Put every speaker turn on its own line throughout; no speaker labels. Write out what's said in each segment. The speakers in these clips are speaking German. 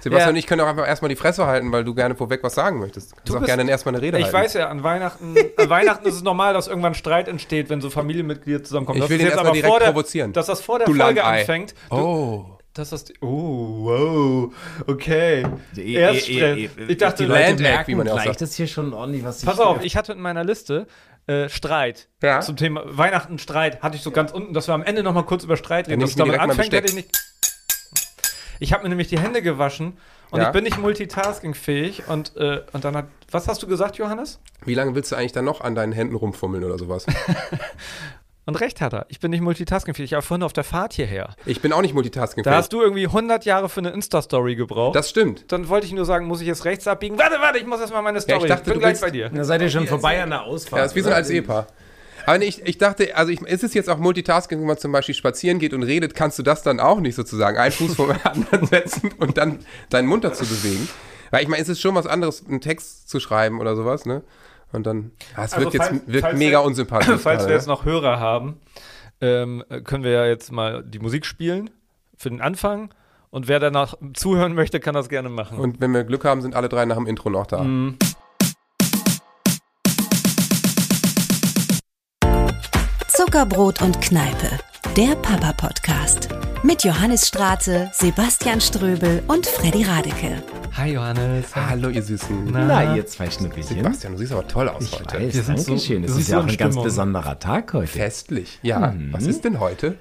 Sebastian
Ja.
und ich können auch einfach erstmal die Fresse halten, weil du gerne vorweg was sagen möchtest. Du kannst
Du
auch
bist-
gerne erstmal eine Rede
Ich
halten.
weiß ja, an Weihnachten, an Weihnachten ist es normal, dass irgendwann Streit entsteht, wenn so Familienmitglieder zusammenkommen.
Ich
Das
will
ist
den
jetzt
erstmal
aber
direkt
vor der,
provozieren.
Dass das vor der
Du
Folge
Landei.
anfängt. Du,
Oh.
Dass das. Oh, wow. Okay.
Eh,
Erst
eh,
Stress.
eh, eh,
Ich dachte,
die Leute
Land Act,
merken
wie man ja auch
gleich,
sagt.
das ist hier schon ordentlich was.
Pass auf, ich hatte in meiner Liste äh, Streit
Ja.
zum Thema Weihnachten Streit hatte ich so ganz unten, dass wir am Ende noch mal kurz über Streit reden.
nehm
Dass
ich
es
mir
damit
direkt mein
anfängt, hätte ich nicht. Ich habe mir nämlich die Hände gewaschen und
Ja.
ich bin nicht multitaskingfähig und äh, und dann hat was hast du gesagt, Johannes?
Wie lange willst du eigentlich dann noch an deinen Händen rumfummeln oder sowas?
Und recht hat er. Ich bin nicht multitaskingfähig. Ich war vorhin auf der Fahrt hierher.
Ich bin auch nicht multitasking
Da hast du irgendwie 100 Jahre für eine Insta-Story gebraucht.
Das stimmt.
dann wollte ich nur sagen, muss ich jetzt rechts abbiegen? Warte, warte, ich muss erstmal meine Story.
ich dachte,
bin
du
gleich
willst-
bei dir.
Da seid ihr schon vorbei an der Ausfahrt.
Ja, das ist wie so ein
oder?
als Ehepaar. Aber nee, ich, ich dachte, also ich, ist es jetzt auch Multitasking, wenn man zum Beispiel spazieren geht und redet, kannst du das dann auch nicht sozusagen einen Fuß vor den anderen setzen und dann deinen Mund dazu bewegen? Weil ich meine, es ist schon was anderes, einen Text zu schreiben oder sowas, ne? Und dann, ah, es
Also
wirkt jetzt
falls-
wirkt
falls
mega
wir-
unsympathisch.
Falls
gerade,
wir jetzt
ne?
noch Hörer haben, ähm, können wir ja jetzt mal die Musik spielen für den Anfang. Und wer danach zuhören möchte, kann das gerne machen.
Und wenn wir Glück haben, sind alle drei nach dem Intro noch da.
Mhm.
Zuckerbrot und Kneipe, der Papa-Podcast. Mit Johannes Strate, Sebastian Ströbel und Freddy Radeke.
Hi Johannes.
Hallo, ihr Süßen.
Na, ihr zwei Schnuppelchen.
Sebastian, du siehst aber toll aus heute.
Weiß,
sind
danke
so-
schön. Es
wir sind
ist
so
ja auch
in
ein ganz
Stimmung.
besonderer Tag heute.
Festlich. Ja,
Mhm.
was ist denn heute?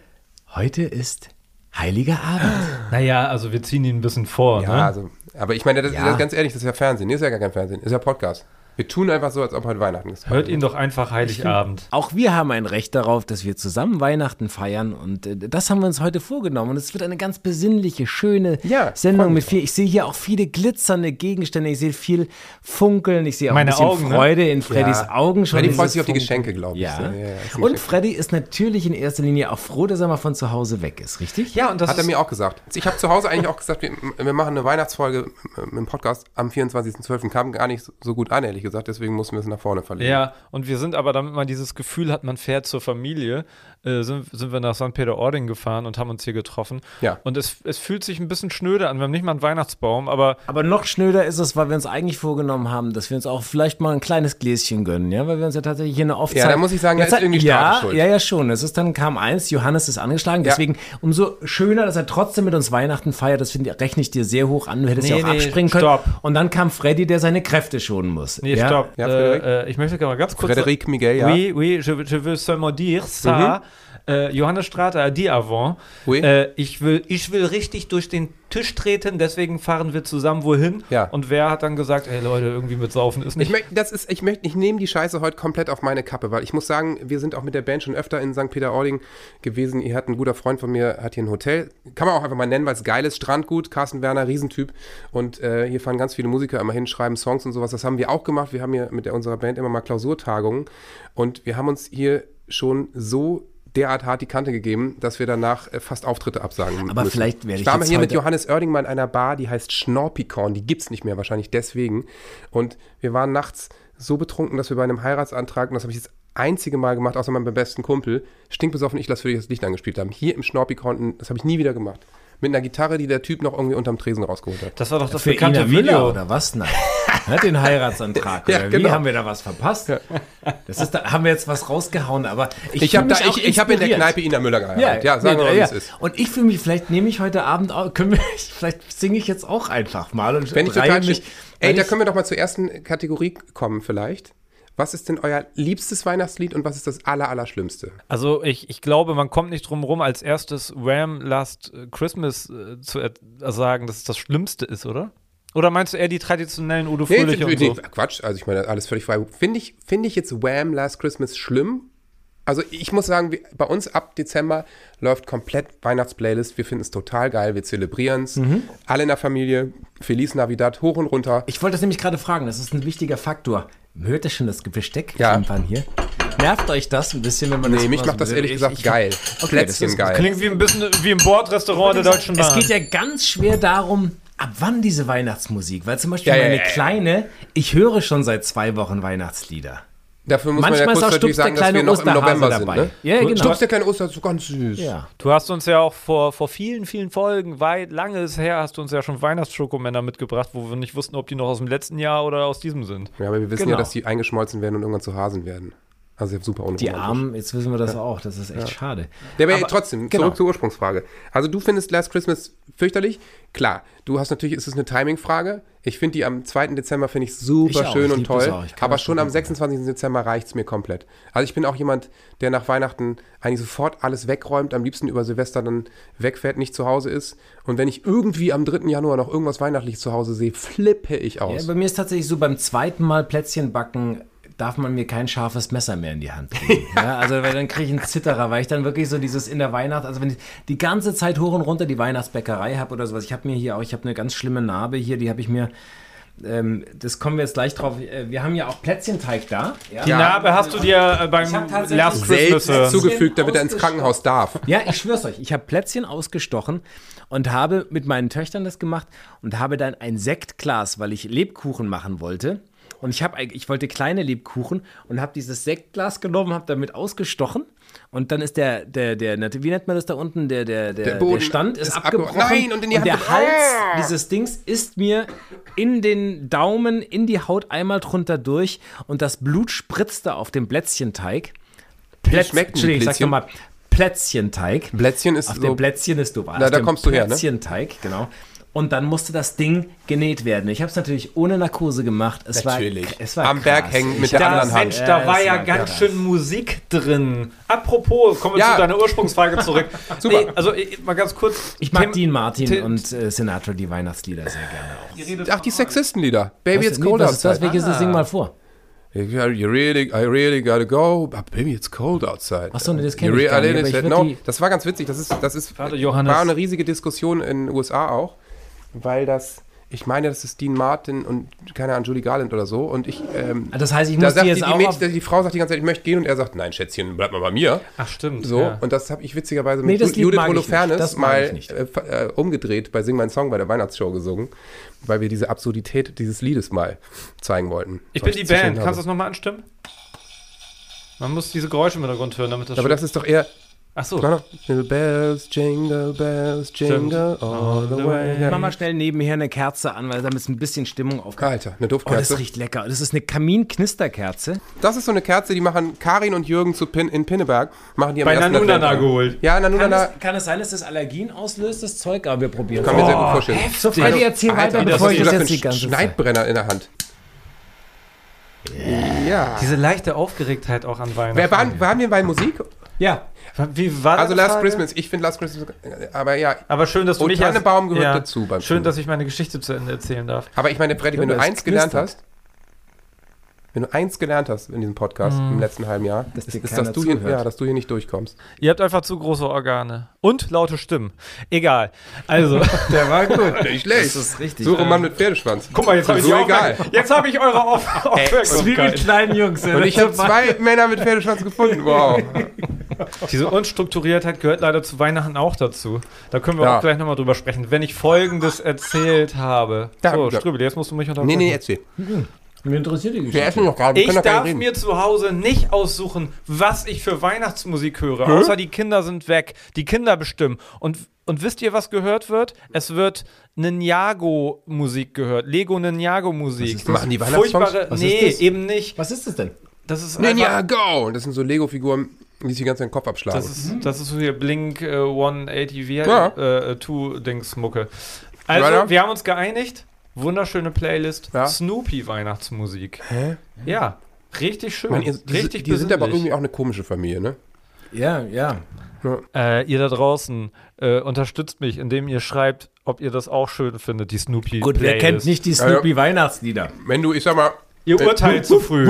Heute ist Heiliger Abend.
Naja, also wir ziehen ihn ein bisschen vor.
Ja,
ne?
also, aber ich meine, das,
Ja.
das ganz ehrlich, das ist ja Fernsehen. Nee, ist ja gar kein Fernsehen, ist ja Podcast. Wir tun einfach so, als ob heute Weihnachten ist.
Hört ihn doch einfach Heiligabend.
Auch wir haben ein Recht darauf, dass wir zusammen Weihnachten feiern und äh, das haben wir uns heute vorgenommen und es wird eine ganz besinnliche, schöne
Ja, freu
Sendung
mich
mit viel. Ich sehe hier auch viele glitzernde Gegenstände, ich sehe viel Funkeln, ich sehe auch
Meine
ein bisschen
Augen, ne?
Freude in Freddys Augen schon.
Freddy freut
dieses
sich auf die
Funkeln.
Geschenke, glaube ich.
Ja.
So, ist ein
und
Geschenk.
Freddy ist natürlich in erster Linie auch froh, dass er mal von zu Hause weg ist, richtig?
Ja, und das
hat er mir auch gesagt. Ich habe zu Hause eigentlich auch gesagt, wir, wir machen eine Weihnachtsfolge mit dem Podcast am 24.12. Kam gar nicht so gut an, ehrlich gesagt. Deswegen mussten wir es nach vorne verlegen.
Ja, und wir sind aber, damit man dieses Gefühl hat, man fährt zur Familie, äh, sind, sind wir nach St. Peter-Ording gefahren und haben uns hier getroffen.
Ja.
Und es, es fühlt sich ein bisschen schnöde an. Wir haben nicht mal einen Weihnachtsbaum, aber
Aber noch schnöder ist es, weil wir uns eigentlich vorgenommen haben, dass wir uns auch vielleicht mal ein kleines Gläschen gönnen, ja, weil wir uns ja tatsächlich hier eine Aufzeit.
Ja, da muss ich sagen, da
Jetzt
ist
hat-
irgendwie
ja,
Staat schuld.
ja, ja, schon. Es ist dann kam eins, Johannes ist angeschlagen,
Ja.
deswegen umso schöner, dass er trotzdem mit uns Weihnachten feiert. Das finde ich, rechne ich dir sehr hoch an. Du hättest
Nee,
ja auch
nee,
abspringen können.
stopp.
Und dann kam Freddy, der seine Kräfte schonen muss.
nee,
ja?
stopp.
Ja, Frederik?
äh, äh, ich möchte gerne mal ganz kurz.
Frederik Miguel, ja. Mhm.
Oui, oui, je, je veux seulement dire ça. Äh, Johannes Strater a dit avant.
Oui.
Äh, ich, will, ich will richtig durch den Tisch treten, deswegen fahren wir zusammen wohin.
Ja.
Und wer hat dann gesagt, ey Leute, irgendwie mit Saufen ist
Ich
nicht.
möchte, das ist, ich möchte, ich nehme die Scheiße heute komplett auf meine Kappe, weil ich muss sagen, wir sind auch mit der Band schon öfter in St. Peter-Ording gewesen. Ihr hat ein guter Freund von mir, hat hier ein Hotel. Kann man auch einfach mal nennen, weil es geil ist. Strandgut, Carsten Werner, Riesentyp. Und äh, hier fahren ganz viele Musiker immer hin, schreiben Songs und sowas. Das haben wir auch gemacht. Wir haben hier mit der, unserer Band immer mal Klausurtagungen. Und wir haben uns hier schon so derart hart die Kante gegeben, dass wir danach äh, fast Auftritte absagen
Aber
müssen.
vielleicht werde ich
war mal
jetzt
hier mit
heute-
Johannes Oerding mal in einer Bar, die heißt Schnorpikorn. Die gibt's nicht mehr, wahrscheinlich deswegen. Und wir waren nachts so betrunken, dass wir bei einem Heiratsantrag, und das habe ich das einzige Mal gemacht, außer meinem besten Kumpel, stinkbesoffen, ich lasse für dich das Licht angespielt haben. Hier im Schnorpikorn, das habe ich nie wieder gemacht. Mit einer Gitarre, die der Typ noch irgendwie unterm Tresen rausgeholt hat.
Das war doch das
Für
bekannte
Ina Müller
Video.
oder was? Nein. Hat den Heiratsantrag.
Ja,
oder
genau.
Wie haben wir da was verpasst? Das ist, da haben wir jetzt was rausgehauen, aber ich,
Ich habe
fühle mich auch
ich, ich hab in der
inspiriert.
Kneipe Ina Müller geheiratet. Ja, sagen wir mal, wie es ist.
Und ich fühle mich, vielleicht nehme ich heute Abend auch, können wir, vielleicht singe ich jetzt auch einfach mal und
Wenn ich
reihe
total
mich.
mich, Ey,
weil
da
ich-
können wir doch mal zur ersten Kategorie kommen vielleicht. Was ist denn euer liebstes Weihnachtslied und was ist das aller, allerschlimmste?
Also ich, ich glaube, man kommt nicht drum rum, als erstes Ram Last Christmas äh, zu er- äh, sagen, dass es das Schlimmste ist, oder? Oder meinst du eher die traditionellen Udo
Nee,
Fröhlich und
nee,
so?
Quatsch, also ich meine, alles völlig frei. Finde ich, finde ich jetzt Wham! Last Christmas schlimm? Also ich muss sagen, wir, bei uns ab Dezember läuft komplett Weihnachtsplaylist. Wir finden es total geil, wir zelebrieren es.
Mhm.
Alle in der Familie, Feliz Navidad, hoch und runter.
Ich wollte das nämlich gerade fragen, das ist ein wichtiger Faktor. Hört ihr schon das Besteck
Ja.
klimpern hier? Nervt euch das ein bisschen, wenn man das
nee, mich
immer
macht
so-
das ehrlich
Ich-
gesagt
ich-
geil.
das
Plätzchen
ist-
geil.
Klingt wie ein bisschen wie im Bordrestaurant der Deutschen Bahn.
Es geht ja ganz schwer darum, ab wann diese Weihnachtsmusik, weil zum Beispiel
Ja, ja,
meine
ja, ja.
Kleine, ich höre schon seit zwei Wochen Weihnachtslieder.
Dafür muss
Manchmal
man
ist
ja
auch
kurz natürlich
Stups der
sagen, dass
kleine
wir noch im
Osterhase
November
dabei.
sind. Ne?
Ja, genau.
Stups der kleine Osterhase, so ganz süß.
Ja.
Du hast uns ja auch vor, vor vielen, vielen Folgen, weit, lange ist her, hast du uns ja schon Weihnachtsschokomänner mitgebracht, wo wir nicht wussten, ob die noch aus dem letzten Jahr oder aus diesem sind.
Ja, aber wir wissen
Genau.
ja, dass die eingeschmolzen werden und irgendwann zu Hasen werden. Also super unromantisch.
Die Armen, jetzt wissen wir das auch, das ist echt schade.
Ja, aber, trotzdem,
genau.
zurück zur Ursprungsfrage. Also du findest Last Christmas fürchterlich? Klar, du hast natürlich, ist es eine Timing-Frage. Ich finde die am 2. Dezember finde ich super
Ich auch,
schön
ich
und
lieb das
toll.
auch. Ich kann
Aber
das
schon
gut
am
machen.
26. Dezember reicht es mir komplett. Also ich bin auch jemand, der nach Weihnachten eigentlich sofort alles wegräumt, am liebsten über Silvester dann wegfährt, nicht zu Hause ist. Und wenn ich irgendwie am 3. Januar noch irgendwas Weihnachtliches zu Hause sehe, flippe ich
Ja,
aus.
bei mir ist tatsächlich so, beim zweiten Mal Plätzchen backen darf man mir kein scharfes Messer mehr in die Hand geben. ja, also weil dann kriege ich einen Zitterer, weil ich dann wirklich so dieses in der Weihnacht, also wenn ich die ganze Zeit hoch und runter die Weihnachtsbäckerei habe oder sowas. Ich habe mir hier auch, ich habe eine ganz schlimme Narbe hier, die habe ich mir, ähm, das kommen wir jetzt gleich drauf. Äh, Wir haben ja auch Plätzchenteig da. Ja,
Die Narbe hast du dir äh, beim
Ich hab tatsächlich
Last Christmas.
Selbst
äh,
zu-
zugefügt, damit er ins
Ausgestochen.
Krankenhaus darf.
Ja, ich schwör's euch, ich habe Plätzchen ausgestochen und habe mit meinen Töchtern das gemacht und habe dann ein Sektglas, weil ich Lebkuchen machen wollte. Und ich, hab, eig- ich wollte kleine Lebkuchen und habe dieses Sektglas genommen, habe damit ausgestochen. Und dann ist der, der, der, der, wie nennt man das da unten? Der, der, der, der,
Boden
Stand ist,
ist abgebrochen.
abgebrochen.
Nein, und in die Hand
der
ge- Ah!
Hals dieses Dings ist mir in den Daumen, in die Haut einmal drunter durch und das Blut spritzte auf dem Plätzchenteig. Plätz,
schmecken die
Entschuldigung, ich sag's
Plätzchen?
nochmal. Plätzchenteig.
Plätzchen ist
Auf
so-
dem Plätzchen ist doof.
da kommst du her, ne?
Plätzchenteig, genau. Und dann musste das Ding genäht werden. Ich habe es natürlich ohne Narkose gemacht. Es War,
Natürlich.
es war
Am
krass.
Berg hängen mit
Ich
der
Da,
anderen Hand.
Mensch, da
Ja,
war
das
ja
war
ganz
krass.
schön Musik drin. Apropos, kommen wir
Ja.
zu deiner Ursprungsfrage zurück.
Super.
Nee, also ich, mal ganz kurz.
Ich mag
Thema-
Dean Martin
Tim-
und äh, Sinatra, die Weihnachtslieder sehr gerne auch.
Ach, die Sexistenlieder. Baby,
Was-
it's
nee,
cold
was ist das?
outside.
Welches ist das? Sing mal vor.
You really, I really gotta go, but baby, it's cold outside.
Ach so, nee, das
You
kenn ich gar nicht,
really
aber ich
said
würd
no.
die-
Das war ganz witzig. Das ist, das ist
Warte, Johannes.
war eine riesige Diskussion in den USA auch, weil das, ich meine, das ist Dean Martin und keine Ahnung, Julie Garland oder so. Und ich, ähm,
Ah, Das heißt, ich
da
muss die
sagt die,
jetzt
die,
auch.
Mädchen,
auf-
die Frau sagt die ganze Zeit, ich möchte gehen, und er sagt, nein, Schätzchen, bleib mal bei mir.
Ach stimmt.
So,
ja.
und das habe ich witzigerweise
Nee,
mit
das
Ju-
Lied
Judith
mag ich nicht.
Holofernes
Das mag ich
mal
nicht.
äh, f- äh, umgedreht bei Sing Mein Song bei der Weihnachtsshow gesungen, weil wir diese Absurdität dieses Liedes mal zeigen wollten.
ich
Was
bin
zu
die
stellen
Band.
habe.
Kannst du das nochmal anstimmen? Man muss diese Geräusche im Hintergrund hören, damit das.
Aber das ist doch eher.
Ach so.
Warte, Jingle bells, jingle bells, jingle all the way.
Mach mal schnell nebenher eine Kerze an, weil damit es ein bisschen Stimmung aufkommt.
Alter, eine
Oh, das
Duftkerze. das,
riecht lecker. Das ist eine Kaminknisterkerze.
ist so eine Kerze, die machen Karin und Jürgen zu Pin in Pinneberg. Machen die am
Bei
ersten
Nanunana
Advent an.
geholt.
Ja, Nanunana.
es, es sein, dass das Allergien auslöst, das Zeug? Aber wir probieren
Kann mir sehr gut vorstellen. Also,
So, Freddy, erzähl weiter,
was
bevor
hast
ich
du
das
da für
jetzt die
einen
ganze Zeit.
Schneidbrenner in der Hand. Ja.
Diese leichte Aufgeregtheit auch an Weihnachten.
Wer waren, waren wir bei Musik?
Ja,
Wie war
Also
deine
Last
Frage?
Christmas. Ich finde Last Christmas. Aber ja.
Aber schön, dass du
Und
mich als-
Tannebaum gehört dazu beim
Schön,
Film.
dass ich meine Geschichte zu Ende erzählen darf.
Aber ich meine, Freddy, wenn
Ja,
du
es
eins gelernt
knistert.
hast. Wenn du eins gelernt hast in diesem Podcast
Mhm.
im letzten halben Jahr,
Dass dir
ist,
keiner
dass, du hier,
zuhört.
ja, dass du hier nicht durchkommst.
Ihr habt einfach zu große Organe und laute Stimmen. Egal. Also,
der war gut.
Nicht schlecht.
Oh, Das ist richtig.
Suche Mann mit Pferdeschwanz.
guck mal, jetzt habe ich,
So
die
egal.
Aufmerksamkeit- jetzt hab ich eure Auf Aufmerksamkeit.
kleinen Jungs.
Und ich habe zwei Männer mit Pferdeschwanz gefunden. Wow.
Diese Unstrukturiertheit gehört leider zu Weihnachten auch dazu. Da können wir
Ja.
auch gleich nochmal drüber sprechen, wenn ich Folgendes erzählt habe.
Da-
so,
da-
Strübel, jetzt musst du mich unterbrechen.
Nee, nee, erzähl.
Mir interessiert die
Wir
Geschichte.
essen noch gerade. Wir
Ich
können doch gar
darf
nicht reden.
mir zu Hause nicht aussuchen, was ich für Weihnachtsmusik höre, außer die Kinder sind weg. Die Kinder bestimmen. Und, und wisst ihr, was gehört wird? Es wird Ninjago-Musik gehört. Lego Ninjago-Musik.
Machen die Weihnachtssongs?
Furchtbare.
Was ist
nee,
das?
eben nicht.
Was ist das denn?
Das ist
Ninja
einfach,
Go! Und das sind so Lego-Figuren, die sich die ganze Zeit den Kopf abschlagen.
das ist, das ist so hier Blink äh, 180 wie,
Ja.
äh, äh, 2 Dings Mucke. Also,
Weiter?
wir haben uns geeinigt. Wunderschöne Playlist.
Ja.
Snoopy Weihnachtsmusik. Ja, richtig schön.
Ich meine, ihr- die,
richtig
die sind aber
besinnlich.
irgendwie auch eine komische Familie, ne?
Ja, ja.
Äh, ihr da draußen äh, unterstützt mich, indem ihr schreibt, ob ihr das auch schön findet, die Snoopy.
Gut, wer
Playlist.
kennt nicht die Snoopy-Weihnachtslieder?
Wenn du, ich sag mal,
Ihr urteilt zu früh.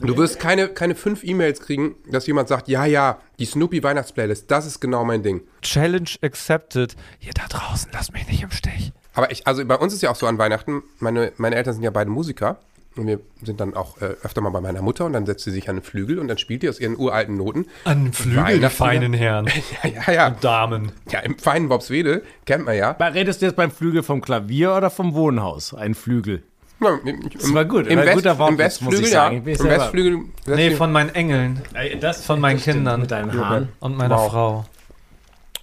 Du wirst keine, keine fünf E-Mails kriegen, dass jemand sagt, ja, ja, die Snoopy Weihnachtsplaylist, das ist genau mein Ding.
Challenge accepted. Ihr da draußen, lasst mich nicht im Stich.
Aber ich, also bei uns ist ja auch so an Weihnachten, meine, meine Eltern sind ja beide Musiker und wir sind dann auch äh, öfter mal bei meiner Mutter und dann setzt sie sich an den Flügel und dann spielt die aus ihren uralten Noten.
An Flügel,
Weihnachten,
die feinen Herren.
Ja, ja, ja.
Damen.
Ja, im feinen Bobswede kennt man ja.
Redest du jetzt beim Flügel vom Klavier oder vom Wohnhaus? Ein Flügel.
Ja, im,
Das war gut,
Im,
war ein
West,
guter Wortwitz,
im Westflügel,
muss ich
ja.
sagen.
Im
Ich bin selber-
Westflügel.
Nee,
Westflügel.
von meinen Engeln
Das
von meinen
stimmt,
Kindern.
Mit deinen Haaren.
und meiner
Wow.
Frau.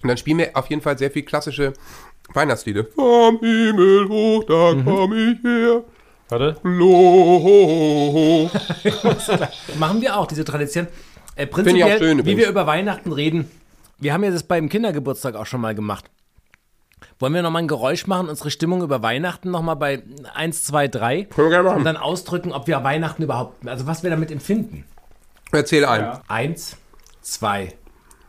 Und dann spielen wir auf jeden Fall sehr viel klassische Weihnachtslieder. Vom Himmel hoch, da
Mhm.
komm ich her.
Warte.
Loh.
Machen wir auch diese Tradition. Äh,
ich auch
prinzipiell,
schön
wie
übrigens.
wir über Weihnachten reden, wir haben ja das beim Kindergeburtstag auch schon mal gemacht. Wollen wir nochmal ein Geräusch machen, unsere Stimmung über Weihnachten nochmal bei 1, 2, 3
Können wir gerne machen.
und dann ausdrücken, ob wir Weihnachten überhaupt, also was wir damit empfinden.
Erzähl ein.
1, 2,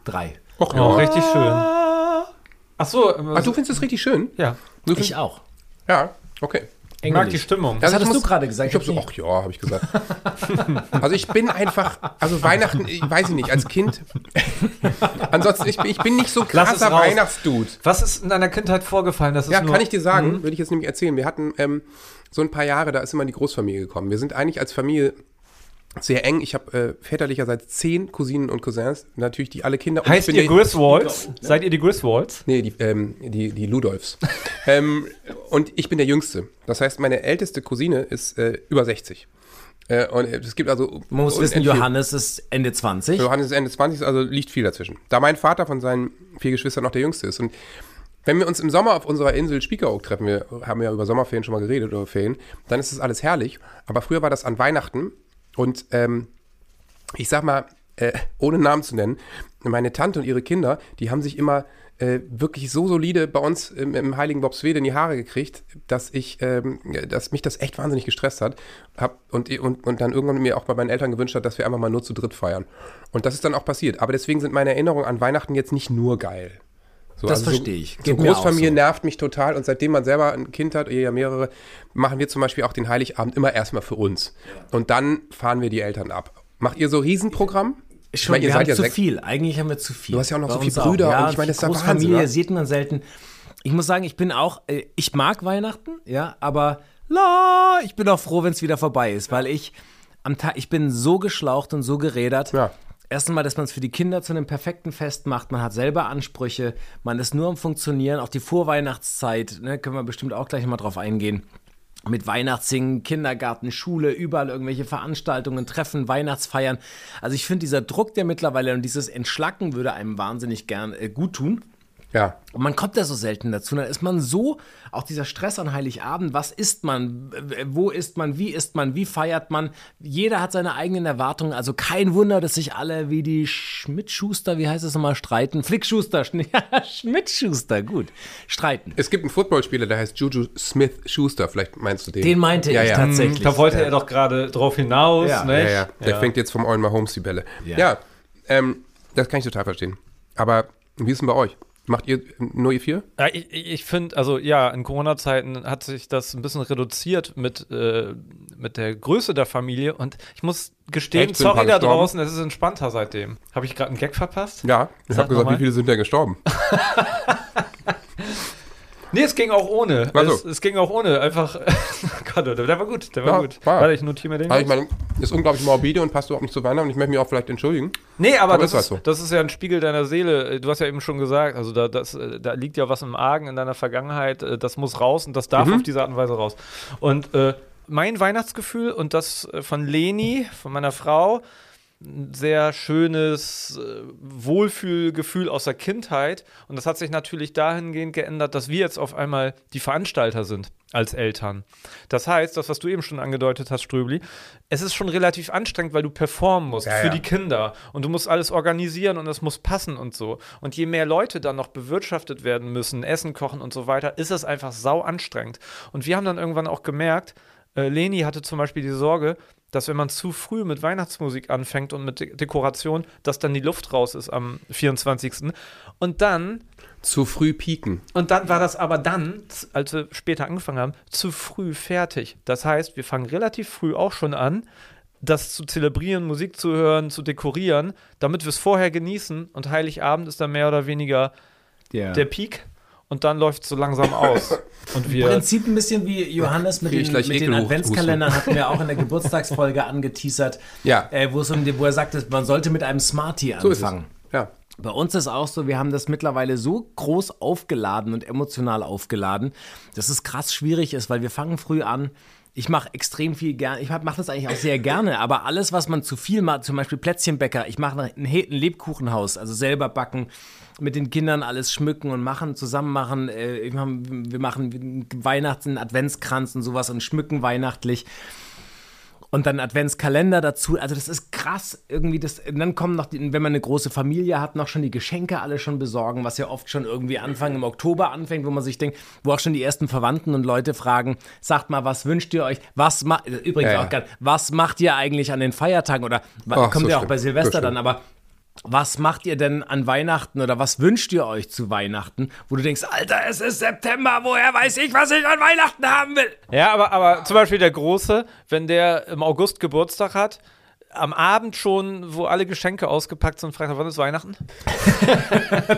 3.
Och,
Oh,
ja.
richtig schön. Ach so, ähm,
Ach, Ah, du findest es richtig schön?
ja.
Du
Ich
find-
auch.
Ja, okay.
Ich mag die
Engelig.
Stimmung.
Was
Also ich
hattest
muss-
du gerade gesagt?
Ich hab so, ach ja, habe ich gesagt. also ich bin einfach, also Weihnachten, ich weiß ich nicht, als Kind. Ansonsten, ich bin, ich bin nicht so
Lass es
krasser
raus.
Weihnachtsdude.
Was ist in deiner Kindheit vorgefallen? Das ist
Ja,
nur, hm?
kann ich dir sagen, würde ich jetzt nämlich erzählen. Wir hatten ähm, so ein paar Jahre, da ist immer die Großfamilie gekommen. Wir sind eigentlich als Familie sehr eng. Ich habe äh, väterlicherseits zehn Cousinen und Cousins, natürlich die alle Kinder. Und ich
Heißt
bin
ihr
der-
Griswolds? Seid ihr die Griswolds?
Nee, die, ähm, die, die Ludolfs. ähm, und ich bin der Jüngste. Das heißt, meine älteste Cousine ist äh, über 60. Äh, und äh, es gibt also.
Man muss wissen,
unendlich-
Johannes ist Ende 20.
Johannes ist Ende 20, also liegt viel dazwischen. Da mein Vater von seinen vier Geschwistern noch der Jüngste ist. Und wenn wir uns im Sommer auf unserer Insel Spiekeroog treffen, wir haben ja über Sommerferien schon mal geredet oder Ferien, dann ist das alles herrlich. Aber früher war das an Weihnachten und ähm, ich sag mal, äh, ohne Namen zu nennen, meine Tante und ihre Kinder, die haben sich immer äh, wirklich so solide bei uns im, im Heiligen Bobswede in die Haare gekriegt, dass ich, ähm, dass mich das echt wahnsinnig gestresst hat hab und, und, und dann irgendwann mir auch bei meinen Eltern gewünscht hat, dass wir einfach mal nur zu dritt feiern. Und das ist dann auch passiert. Aber deswegen sind meine Erinnerungen an Weihnachten jetzt nicht nur geil. So, also
Das
so-
verstehe ich.
So
Geht mir auch
Großfamilie
so.
nervt mich total und seitdem man selber ein Kind hat, ihr ja mehrere, machen wir zum Beispiel auch den Heiligabend immer erstmal für uns. Und dann fahren wir die Eltern ab. Macht ihr so Riesenprogramm? Ich
Schon,
meine,
wir haben zu
sechs-
viel. Eigentlich haben wir zu viel.
Du hast ja auch noch
Bei
so viele
uns auch.
Brüder
Ja,
und ich meine, das ist ja Wahnsinn, ne?
Großfamilie
oder?
sieht man selten. Ich muss sagen, ich bin auch, äh, ich mag Weihnachten, ja, aber la, ich bin auch froh, wenn es wieder vorbei ist, weil ich am Tag, ich bin so geschlaucht und so gerädert.
Ja.
Erstens mal, dass man es für die Kinder zu einem perfekten Fest macht. Man hat selber Ansprüche. Man ist nur am Funktionieren. Auch die Vorweihnachtszeit, ne, können wir bestimmt auch gleich noch mal drauf eingehen mit Weihnachtssingen, Kindergarten, Schule, überall irgendwelche Veranstaltungen, Treffen, Weihnachtsfeiern. Also ich finde, dieser Druck, der mittlerweile und dieses Entschlacken würde einem wahnsinnig gern äh, gut tun.
Ja.
Und man kommt da so selten dazu. Dann ist man so, auch dieser Stress an Heiligabend, was isst man, w- wo isst man, wie isst man, wie feiert man. Jeder hat seine eigenen Erwartungen. Also kein Wunder, dass sich alle wie die Schmidt-Schuster, wie heißt es nochmal, streiten. Flick-Schuster, Schn- ja, Schmidt-Schuster, gut. Streiten.
Es gibt einen Footballspieler, der heißt Juju Smith Schuster, vielleicht meinst du den.
Den meinte
ja,
ich
ja. Hm.
tatsächlich.
Da wollte er doch gerade drauf hinaus,
Ja.
nicht?
Ja, ja. Der fängt jetzt vom Eulen Mahomes die Bälle. Ja,
Ja.
ähm, das kann ich total verstehen. Aber wie ist denn bei euch? Macht ihr nur ihr vier?
Ja, ich ich- ich finde, also ja, in Corona-Zeiten hat sich das ein bisschen reduziert mit, äh, mit der Größe der Familie und ich muss gestehen,
Echt, sind ein
sorry
paar
da
gestorben?
draußen, es ist entspannter seitdem. Habe ich gerade einen Gag verpasst?
Ja. Ich
Sag
habe gesagt,
nochmal.
wie viele sind denn gestorben?
Nee, es ging auch ohne.
Ach so.
Es, es ging auch ohne. Einfach, oh Gott, der war gut, der war
Ja,
gut.
war.
Warte, ich notiere mir den.
Also ich meine, ist unglaublich morbide und passt überhaupt nicht zu Weihnachten. Ich möchte mich auch vielleicht entschuldigen.
Nee, aber,
Aber
das,
ist halt
ist,
so.
das ist ja ein Spiegel deiner Seele. Du hast ja eben schon gesagt, also da, das, äh, da liegt ja was im Argen in deiner Vergangenheit. Äh, Das muss raus und das darf
Mhm.
auf diese Art und Weise raus. Und äh, mein Weihnachtsgefühl und das äh, von Leni, von meiner Frau, ein sehr schönes äh, Wohlfühlgefühl aus der Kindheit. Und das hat sich natürlich dahingehend geändert, dass wir jetzt auf einmal die Veranstalter sind als Eltern. Das heißt, das, was du eben schon angedeutet hast, Ströbli, es ist schon relativ anstrengend, weil du performen musst
Ja,
für
ja.
die Kinder und du musst alles organisieren und es muss passen und so. Und je mehr Leute dann noch bewirtschaftet werden müssen, Essen kochen und so weiter, ist es einfach sau anstrengend. Und wir haben dann irgendwann auch gemerkt, äh, Leni hatte zum Beispiel die Sorge, dass wenn man zu früh mit Weihnachtsmusik anfängt und mit De Dekoration, dass dann die Luft raus ist am 24. Und dann,
Zu früh pieken.
und dann war das aber dann, z- als wir später angefangen haben, zu früh fertig. Das heißt, wir fangen relativ früh auch schon an, das zu zelebrieren, Musik zu hören, zu dekorieren, damit wir es vorher genießen und Heiligabend ist dann mehr oder weniger
Ja.
der Peak und dann läuft es so langsam aus. und wir.
Im Prinzip ein bisschen wie Johannes mit
Krieg ich
den,
gleich
mit den
Ekelhusten.
Adventskalendern hatten wir auch in der Geburtstagsfolge angeteasert,
Ja.
äh, wo, es um, die- wo er sagte, man sollte mit einem Smartie
So ist
anfangen.
es. Ja.
Bei uns ist auch so, wir haben das mittlerweile so groß aufgeladen und emotional aufgeladen, dass es krass schwierig ist, weil wir fangen früh an. Ich mache extrem viel gerne, ich mache das eigentlich auch sehr gerne, aber alles, was man zu viel macht, zum Beispiel Plätzchenbäcker, ich mache ein, He- ein Lebkuchenhaus, also selber backen, mit den Kindern alles schmücken und machen, zusammen machen. Äh, ich mach, wir machen Weihnachten, einen Adventskranz und sowas und schmücken weihnachtlich. Und dann Adventskalender dazu. Also das ist krass irgendwie. Das, und dann kommen noch, die, wenn man eine große Familie hat, noch schon die Geschenke alle schon besorgen, was ja oft schon irgendwie Anfang im Oktober anfängt, wo man sich denkt, wo auch schon die ersten Verwandten und Leute fragen, sagt mal, was wünscht ihr euch? Was macht, übrigens
Ja, ja.
auch ganz, was macht ihr eigentlich an den Feiertagen? Oder wa-
Ach,
kommt
so
ja auch
schlimm,
bei
so
Silvester
schlimm.
dann, aber was macht ihr denn an Weihnachten oder was wünscht ihr euch zu Weihnachten? Wo du denkst, Alter, es ist September, woher weiß ich, was ich an Weihnachten haben will?
Ja, aber, aber zum Beispiel der Große, wenn der im August Geburtstag hat, am Abend schon, wo alle Geschenke ausgepackt sind, fragt er, wann ist Weihnachten?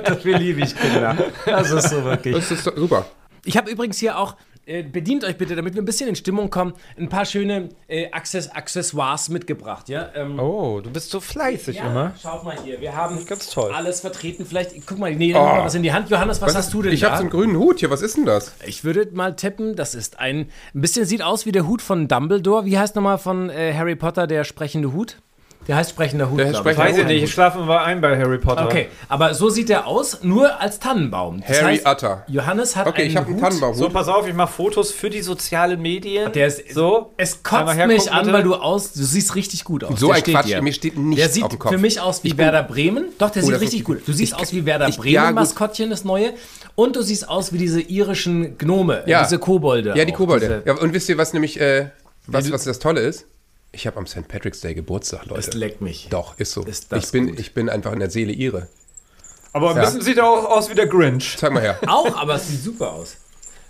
Dafür liebe ich Kinder. Das ist so wirklich.
Das ist doch super.
Ich habe übrigens hier auch, äh, bedient euch bitte, damit wir ein bisschen in Stimmung kommen, ein paar schöne äh, Access Accessoires mitgebracht. Ja? Ähm,
Oh, du bist so fleißig
ja, Schaut mal hier, wir haben
Ganz toll.
alles vertreten. Vielleicht, guck mal, nee, nimm mal was in die Hand. Johannes, was, hast
ist-
du denn
Oh. Ich
da?
habe so einen grünen Hut hier. Was ist denn das?
Ich würde mal tippen, das ist ein, ein bisschen sieht aus wie der Hut von Dumbledore. Wie heißt nochmal von äh, Harry Potter der sprechende Hut? Der heißt sprechender Hut.
Der
glaub ich.
sprechende
Weiß ich nicht, ich schlafe mal ein bei Harry Potter.
Okay, aber so sieht er aus, nur als Tannenbaum. Das
Harry
heißt,
Utter.
Johannes hat
Okay,
einen
ich habe einen
Hut.
Tannenbaumhut.
So, pass auf, ich mache Fotos für die sozialen Medien.
Der ist
so.
Es
Einmal
kotzt
hergucken,
mich an,
bitte.
weil du aus, du siehst richtig gut aus.
So
der
ein Quatsch,
dir.
mir steht nichts
Der sieht
auf dem Kopf. Oh,
für mich aus wie Werder Bremen. Doch, der sieht
das
richtig
ist-
gut. Du siehst aus wie Werder
ich-
Bremen
ja, gut.
Maskottchen das neue und du siehst aus wie diese irischen Gnome, diese Kobolde.
Ja, die
auch,
Kobolde.
diese-
Ja, und wisst ihr, was nämlich, äh, was, was das Tolle ist? Ich habe am St. Patrick's Day Geburtstag, Leute.
Das leckt mich.
Doch, ist so.
Ist das
ich, bin,
gut.
ich bin einfach in der Seele ihre.
Aber ein
Ja.
bisschen sieht er auch aus wie der Grinch.
Zeig mal her.
Auch, aber es sieht super aus.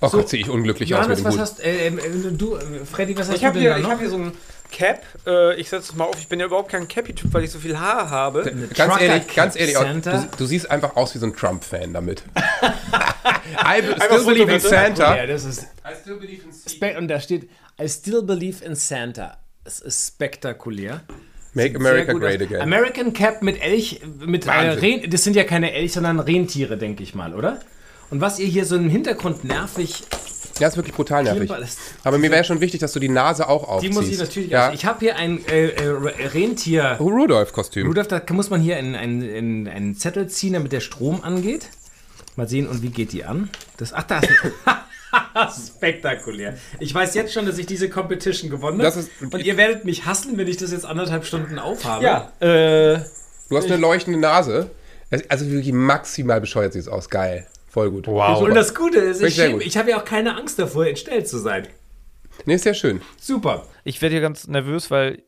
Oh Gott, sehe ich unglücklich
Johannes,
aus mit
was
dem Hut.
hast äh, äh, du, äh, Freddy, was hast
Ich
du
habe
denn
hier,
da
ich
noch?
hab hier so ein Cap. Äh, ich setze es mal auf. Ich bin ja überhaupt kein Cappy-Typ, weil ich so viel Haar habe.
Ganz
Trucker
ehrlich,
Cap
ganz ehrlich, auch,
Santa?
du, du siehst einfach aus wie so ein Trump-Fan damit. I still
Foto
believe in
bitte.
Santa.
Ja, das ist
I still believe in Santa.
Spe- und da steht I still believe in Santa. Es ist spektakulär.
Make
Sehr
America
gut
great
aus.
again.
American Cap mit Elch, mit äh,
Wahnsinn.
Rehen, das sind ja keine Elch, sondern Rentiere, denke ich mal, oder? Und was ihr hier so im Hintergrund nervig,
ja, ist wirklich brutal nervig.
Klimper, das-
Aber mir wäre schon wichtig, dass du die Nase auch
die
aufziehst.
muss ich natürlich.
ja. Oh.
Ich habe hier ein äh, äh, Rentier.
Rudolph-Kostüm.
Rudolf, da muss man hier einen, einen, einen, einen Zettel ziehen, damit der Strom angeht. Mal sehen, und wie geht die an? Das, ach, da ist Spektakulär. Ich weiß jetzt schon, dass ich diese Competition gewonnen
Das
habe.
ist-
Und ihr werdet mich hassen, wenn ich das jetzt anderthalb Stunden aufhabe.
Äh,
Du hast eine leuchtende Nase. Es- Also wirklich maximal bescheuert sieht es aus. Geil. Voll gut.
Wow.
Super.
Und das Gute ist, ich,
Finde ich sehr
schäme-
gut.
ich habe ja auch keine Angst davor, entstellt zu sein.
nee, ist sehr schön.
Super.
ich werde hier ganz nervös, weil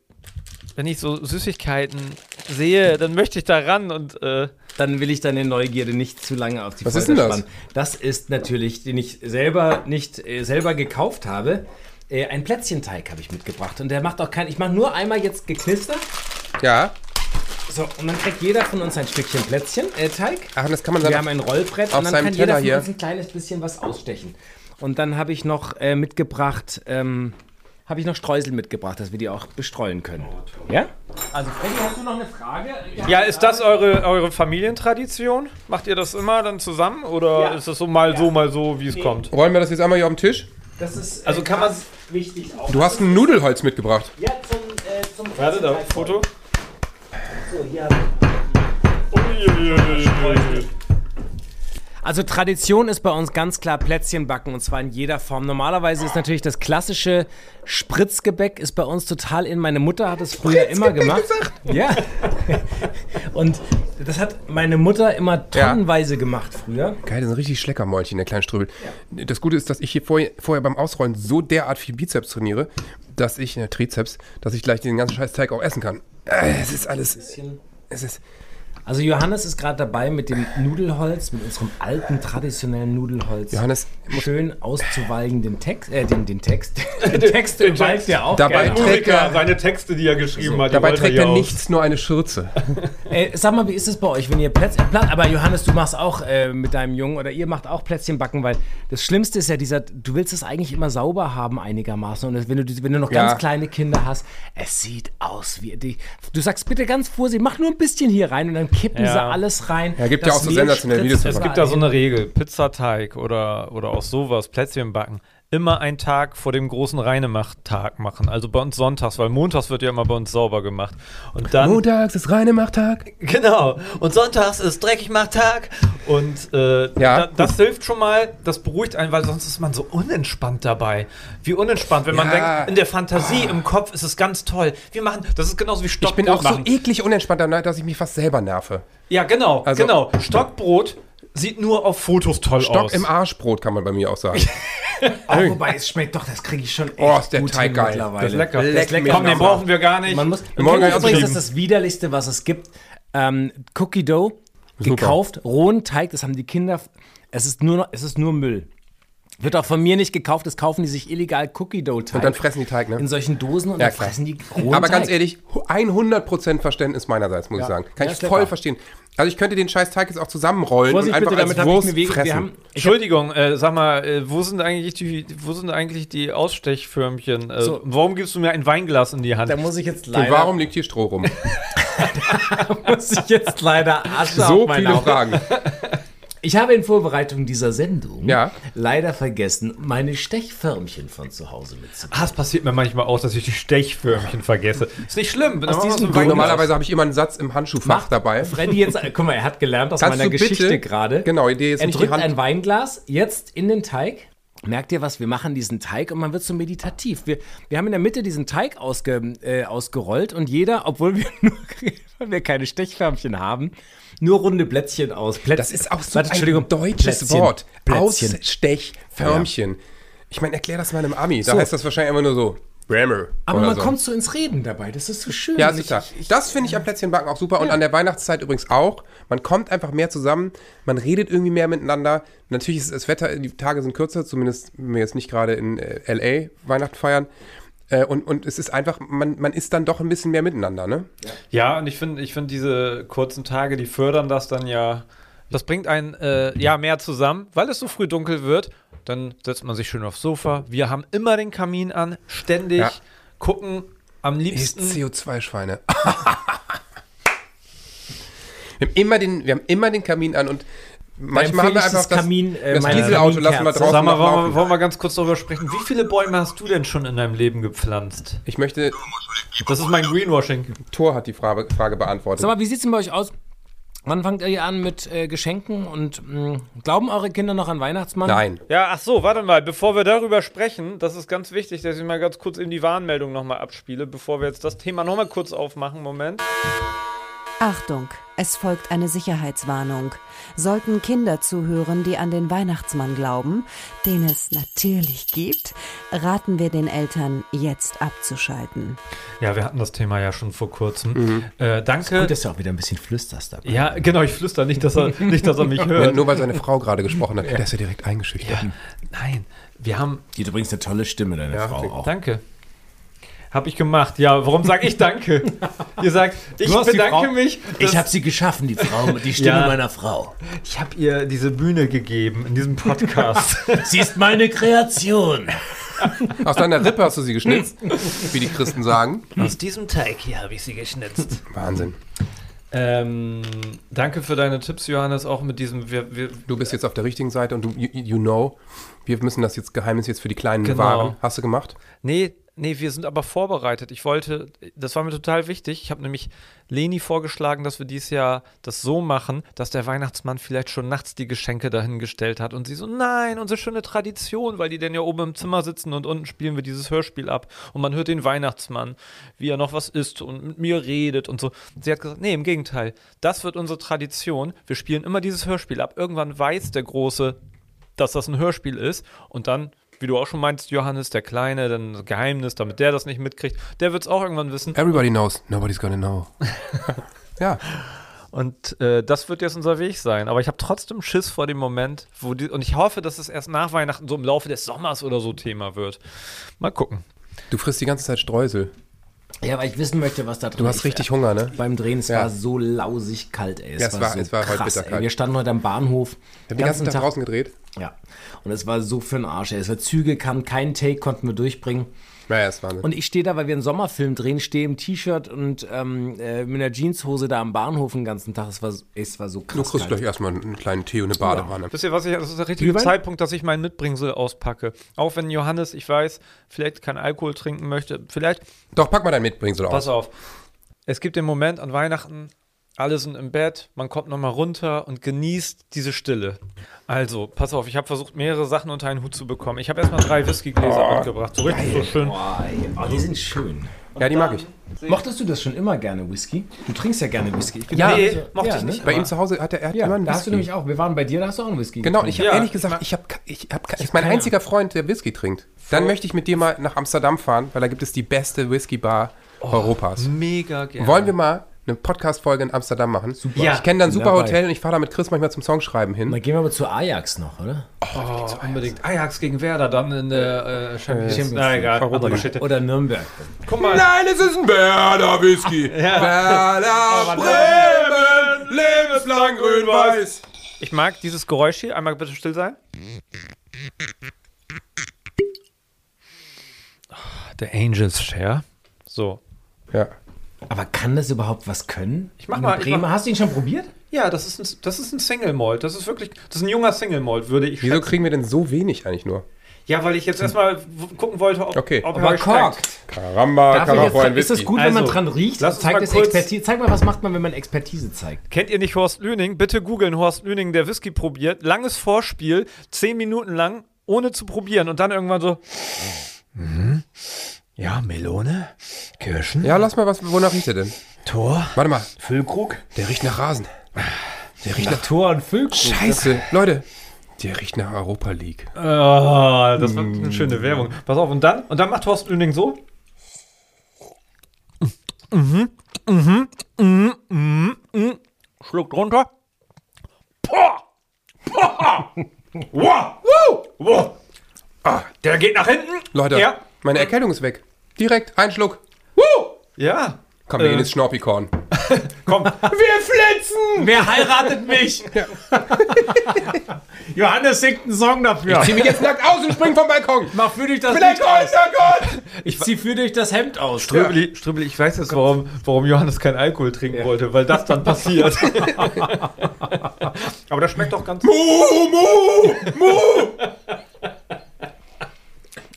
wenn ich so Süßigkeiten sehe, dann möchte ich da ran und äh,
Dann will ich deine Neugierde nicht zu lange auf die
Was
Folter
ist denn das?
spannen. Das ist natürlich, den ich selber nicht äh, selber gekauft habe. Äh, ein Plätzchenteig habe ich mitgebracht. Und der macht auch kein. Ich mache nur einmal jetzt geknistert.
Ja.
So, und dann kriegt jeder von uns ein Stückchen Plätzchen, äh, Teig.
Ach, und das kann man
Wir haben
dann.
ein Rollbrett
auf
und dann
seinem
kann
Teller
jeder von
hier.
uns ein kleines bisschen was ausstechen. Und dann habe ich noch äh, mitgebracht, ähm, habe ich noch Streusel mitgebracht, dass wir die auch bestreuen können. Ja? Oh, Also Freddy, hast du noch eine Frage?
Ja, ist das eure, eure Familientradition? Macht ihr das immer dann zusammen oder
Ja.
ist es so mal so, mal so, wie es kommt?
Rollen wir das jetzt einmal hier auf den Tisch?
Das ist äh,
Also kann man-
ganz wichtig auch.
Du hast ein Nudelholz mitgebracht.
ja, zum, äh, zum
Warte, da,
Plätzchenteig.
Foto.
So, hier.
Uiuiuiui.
Also Tradition ist bei uns ganz klar Plätzchen backen und zwar in jeder Form. Normalerweise ist natürlich das klassische Spritzgebäck ist bei uns total in. Meine Mutter hat es früher immer gemacht. Ja. Und das hat meine Mutter immer
Ja.
tonnenweise gemacht früher.
Geil, das sind richtig Schleckermäulchen, der kleine Ströbel. Das Gute ist, dass ich hier vorher, vorher beim Ausrollen so derart viel Bizeps trainiere, dass ich, äh, Trizeps, dass ich gleich den ganzen scheiß Teig auch essen kann. Äh, Es ist alles. Es ist.
Also Johannes ist gerade dabei mit dem Nudelholz, mit unserem alten traditionellen Nudelholz.
Johannes,
Schön auszuwalgen den Text, äh, den, den Text. Den Text walgt ja auch.
Dabei
gerne.
trägt er,
seine Texte, die er geschrieben hat. die
dabei
rollt
trägt
hier
er
aus.
nichts, nur eine Schürze.
Ey, Äh, sag mal, wie ist es bei euch, wenn ihr Plätzchen. Pla- Aber Johannes, du machst auch äh, mit deinem Jungen oder ihr macht auch Plätzchen backen, weil das Schlimmste ist ja dieser, du willst es eigentlich immer sauber haben einigermaßen. Und wenn du, wenn du noch
Ja.
ganz kleine Kinder hast, es sieht aus wie. Die, du sagst bitte ganz vorsichtig, mach nur ein bisschen hier rein und dann kippen
Ja.
sie alles rein.
Ja, gibt ja auch so
Mehl
sensationelle
spritzt
Videos
Es gibt da so eine Regel: Pizzateig oder, oder auch sowas, Plätzchen backen. Immer einen Tag vor dem großen Reinemacht-Tag machen. Also bei uns sonntags, weil montags wird ja immer bei uns sauber gemacht. Und dann.
Montags ist reine Machttag.
Genau. Und sonntags ist dreckig macht Tag. Und äh,
Ja.
da, das hilft schon mal, das beruhigt einen, weil sonst ist man so unentspannt dabei. Wie unentspannt, wenn man
Ja.
denkt, in der Fantasie, im Kopf ist es ganz toll. Wir machen, das ist genauso wie Stockbrot.
Ich bin auch so
machen.
eklig unentspannt danach, dass ich mich fast selber nerve.
Ja, genau,
Also-
genau. Stockbrot sieht nur auf Fotos toll
Stock
aus.
im Arschbrot kann man bei mir auch sagen.
Oh, wobei es schmeckt doch, das kriege ich schon echt
Oh, ist der
gut
Teig
hin
geil.
mittlerweile.
das ist lecker.
Leck
Das ist lecker.
mich
Komm, den
am
brauchen wir gar nicht.
Man muss.
Morgen
Übrigens,
auch
übrigens, das
schieben.
ist das widerlichste, was es gibt. Ähm, Cookie Dough gekauft, rohen Teig, das haben die Kinder. Es ist nur, noch, es ist nur Müll. Wird auch von mir nicht gekauft, das kaufen die sich illegal Cookie Dough Teig.
Und dann fressen die Teig, ne?
in solchen Dosen und
Ja,
dann
klar.
fressen die rohen
Aber ganz
Teig.
ehrlich, 100% Verständnis meinerseits, muss ich sagen. Kann
Ja,
ich
ist lecker.
voll verstehen. Also ich könnte den scheiß Teig jetzt auch zusammenrollen
Vorsicht
und einfach
bitte, damit
als
habe ich
Wurst
mir wegen,
fressen.
wir haben,
Entschuldigung, äh, sag mal, äh, wo sind eigentlich die, wo sind eigentlich die Ausstechförmchen? Äh,
So.
Warum gibst du mir ein Weinglas in die Hand?
da muss ich jetzt
und
leider,
warum liegt hier Stroh rum?
muss ich jetzt leider Asche
so
auf meine
viele
Augen.
Fragen.
Ich habe in Vorbereitung dieser Sendung
Ja.
leider vergessen, meine Stechförmchen von zu Hause mitzunehmen.
Ah, es passiert mir manchmal auch, dass ich die Stechförmchen vergesse. Ist nicht schlimm. Aus
diesem
Weil
Grund-
normalerweise habe ich immer einen Satz im Handschuhfach
Macht
dabei.
Freddy jetzt, äh, guck mal, er hat gelernt aus
Kannst
meiner
du bitte-
Geschichte gerade.
Genau, dir jetzt
er
nicht die
drückt
Hand-
ein Weinglas jetzt in den Teig. Merkt ihr was? Wir machen diesen Teig und man wird so meditativ. Wir, wir haben in der Mitte diesen Teig ausge, äh, ausgerollt und jeder, obwohl wir, nur, weil wir keine Stechförmchen haben, nur runde Plätzchen aus. Plätz-
Das ist auch so
Warte,
ein deutsches
Plätzchen.
Wort.
Plätzchen.
Ausstechförmchen. Ich meine, erklär das mal einem Ami. Da heißt das wahrscheinlich immer nur so. Brammer.
Aber
oder
man
so.
kommt so ins Reden dabei. Das ist so schön.
Ja,
Und ich-
sicher. Das finde Also ich äh, am Plätzchenbacken auch super und an der Weihnachtszeit übrigens auch. Man kommt einfach mehr zusammen, man redet irgendwie mehr miteinander. Natürlich ist das Wetter, die Tage sind kürzer, zumindest wenn wir jetzt nicht gerade in äh, LA Weihnachten feiern. Äh, und, und es ist einfach, man, man ist dann doch ein bisschen mehr miteinander, ne?
Ja, und ich finde, ich finde diese kurzen Tage, die fördern das dann ja. Das bringt einen äh, ja mehr zusammen, weil es so früh dunkel wird. Dann setzt man sich schön aufs Sofa. Wir haben immer den Kamin an, ständig
Ja.
gucken. Am
Ist
Mhm.
liebsten.
CO2-Schweine. wir, haben immer den, wir haben immer den Kamin an und manchmal haben wir
empfehle ich
einfach
das Kamin, äh,
das
meine
Dieselauto lassen wir
Kaminkerze.
draußen
Sag mal,
noch
wollen wir,
laufen.
wollen wir ganz kurz darüber sprechen? Wie viele Bäume hast du denn schon in deinem Leben gepflanzt?
Ich möchte,
Das ist mein Greenwashing.
Thor hat die Frage, Frage beantwortet.
Sag mal, wie sieht's denn bei euch aus? Wann fangt ihr an mit äh, Geschenken und mh, glauben eure Kinder noch an Weihnachtsmann?
Nein.
Ja, ach so, warte mal, bevor wir darüber sprechen, das ist ganz wichtig, dass ich mal ganz kurz eben die Warnmeldung nochmal abspiele, bevor wir jetzt das Thema nochmal kurz aufmachen. Moment.
Achtung, es folgt eine Sicherheitswarnung. Sollten Kinder zuhören, die an den Weihnachtsmann glauben, den es natürlich gibt, raten wir den Eltern, jetzt abzuschalten.
Ja, wir hatten das Thema ja schon vor kurzem. Äh, danke.
Gut, dass du auch wieder ein bisschen flüsterst dabei.
Ja, genau, ich flüster nicht, dass er, nicht, dass er mich hört.
Nur weil seine Frau gerade gesprochen hat, der ist ja direkt eingeschüchtert.
Nein, wir haben.
Die hat übrigens eine tolle Stimme, deine Frau
richtig.
auch.
Danke. Hab ich gemacht. Ja, warum sage ich danke? Ihr sagt, ich
Du hast die
bedanke
Frau-
mich.
Ich
dass-
habe sie geschaffen, die Frau, die Stimme
Ja.
meiner Frau.
ich hab ihr diese Bühne gegeben in diesem Podcast.
Sie ist meine Kreation.
Aus deiner Rippe hast du sie geschnitzt, wie die Christen sagen.
Aus diesem Teig hier habe ich sie geschnitzt.
Wahnsinn.
Ähm, danke für deine Tipps, Johannes, auch mit diesem. Wir, wir,
Du bist jetzt auf der richtigen Seite und du, you, you know, wir müssen das jetzt Geheimnis jetzt für die Kleinen
Genau.
bewahren. Hast du gemacht?
nee, nee, wir sind aber vorbereitet. Ich wollte, das war mir total wichtig. Ich habe nämlich Leni vorgeschlagen, dass wir dieses Jahr das so machen, dass der Weihnachtsmann vielleicht schon nachts die Geschenke dahingestellt hat und sie so, nein, unsere schöne Tradition, weil die dann ja oben im Zimmer sitzen und unten spielen wir dieses Hörspiel ab und man hört den Weihnachtsmann, wie er noch was isst und mit mir redet und so. Sie hat gesagt, nee, im Gegenteil, das wird unsere Tradition. Wir spielen immer dieses Hörspiel ab. Irgendwann weiß der große dass das ein Hörspiel ist und dann, wie du auch schon meinst, Johannes, der Kleine, dann das Geheimnis, damit der das nicht mitkriegt, der wird es auch irgendwann wissen.
Everybody knows, nobody's gonna know. ja,
Und äh, das wird jetzt unser Weg sein. Aber ich habe trotzdem Schiss vor dem Moment, wo die, und ich hoffe, dass es erst nach Weihnachten, so im Laufe des Sommers oder so Thema wird. Mal gucken.
du frisst die ganze Zeit Streusel.
Ja, weil ich wissen möchte, was da drin ist.
Du hast richtig Hunger, ne?
Beim Drehen, es
Ja.
war so lausig kalt, ey. Es,
Ja, es war-
so
es war heute
krass,
bitterkalt.
ey. Wir standen heute am Bahnhof.
Ich habe den ganzen Tag, draußen gedreht.
Ja. Und es war so für den Arsch, ey. Es war Züge, kam kein Take, konnten wir durchbringen.
Naja, es war Wahnsinn.
Und ich stehe da, weil wir einen Sommerfilm drehen, stehe im T-Shirt und ähm, äh, mit einer Jeanshose da am Bahnhof den ganzen Tag. Es war, es war so
Du
krass.
kriegst
kalt.
gleich erstmal einen kleinen Tee und eine Badewanne.
Wisst ihr, was ich, das ist der richtige
Glühwein?
Zeitpunkt, dass ich meinen Mitbringsel auspacke. Auch wenn Johannes, ich weiß, vielleicht keinen Alkohol trinken möchte. Vielleicht,
Doch, pack mal dein Mitbringsel
pass
aus.
auf. Es gibt den Moment an Weihnachten, alle sind im Bett, man kommt nochmal runter und genießt diese Stille. Also, pass auf, ich habe versucht, mehrere Sachen unter einen Hut zu bekommen. Ich habe erstmal drei Whiskygläser mitgebracht. So richtig so schön.
Boah, ey. oh, die sind schön.
Ja, die mag ich.
Mochtest du das schon immer gerne, Whisky? Du trinkst ja gerne Whisky. Ich bin
Ja,
nee, mochte ich
ne?
nicht.
Bei ihm zu Hause hat er, er hat
Ja,
immer einen
da hast
Whisky.
du nämlich auch. Wir waren bei dir, da hast du auch einen Whisky.
Genau, und ich habe
Ja,
ehrlich
ma-
gesagt, ich habe ich hab, ist mein
keine
einziger Freund, der Whisky trinkt. Dann möchte ich mit dir mal nach Amsterdam fahren, weil da gibt es die beste Whisky-Bar Europas.
Mega gerne.
Wollen wir mal eine Podcast-Folge in Amsterdam machen? Super.
Ja.
Ich kenne da ein super
Dabei.
Hotel und ich fahre da mit Chris manchmal zum Songschreiben hin.
Dann gehen wir aber zu Ajax noch, oder?
Oh, unbedingt. Ajax gegen Werder, dann in der äh, Champions League. Na egal, andere Geschichte.
Oder Nürnberg.
Guck mal,
Nein, es ist ein Werder Whisky. Werder Bremen, lebenslang grün-weiß.
ich mag dieses Geräusch hier. Einmal bitte still sein. Ah, Der Angels Share. So.
Ja.
Aber kann das überhaupt was können? Ich
mach mal- ich
Bremen,
mach-
hast du ihn schon probiert?
Ja, das ist ein, das ist ein Single Malt. Das ist wirklich, das ist ein junger Single Malt, würde ich.
Wieso
schätzen.
kriegen wir denn so wenig eigentlich nur?
Ja, weil ich jetzt erstmal w- gucken wollte, ob,
Okay.
ob
Aber
er steigt.
Karamba,
Darf ich jetzt,
Karamba, ein
ist
Whisky.
das gut, wenn man
Also,
dran riecht?
lass uns
zeigt
mal
es
kurz-
Expertise. Zeig mal, was macht man, wenn man Expertise zeigt.
Kennt ihr nicht Horst Lüning? Bitte googeln Horst Lüning, der Whisky probiert. Langes Vorspiel, zehn Minuten lang, ohne zu probieren. Und dann irgendwann so. Ja, Melone, Kirschen,
Ja, lass mal was, wonach riecht er denn?
Tor,
Warte mal,
Füllkrug.
der riecht nach Rasen. Der riecht nach
Tor und Füllkrug.
Scheiße, Leute. Der riecht nach Europa League.
Ah, das war eine schöne Werbung. Pass auf, und dann, und dann macht Horst Lüning so. Mhm, mhm, mhm, mhm. Schluckt runter. Boah! Boah! Wow! Wow! Ah, der geht nach hinten.
Leute,
Ja.
meine Erkältung ist weg. Direkt, ein Schluck.
Ja.
Komm, wir
Äh.
gehen ins Schnorpikorn.
Komm. Wir flitzen!
Hm. Wer heiratet mich? Johannes singt einen Song dafür.
Zieh mich jetzt nackt aus und spring vom Balkon.
Mach für dich das
Vielleicht
Hemd
Gott,
aus.
oh Gott.
Ich zieh für dich das Hemd aus.
Ströbeli, Ströbeli, ich weiß jetzt, warum, warum Johannes keinen Alkohol trinken wollte, weil das dann passiert. Aber das schmeckt doch ganz
Mu, mu, mu.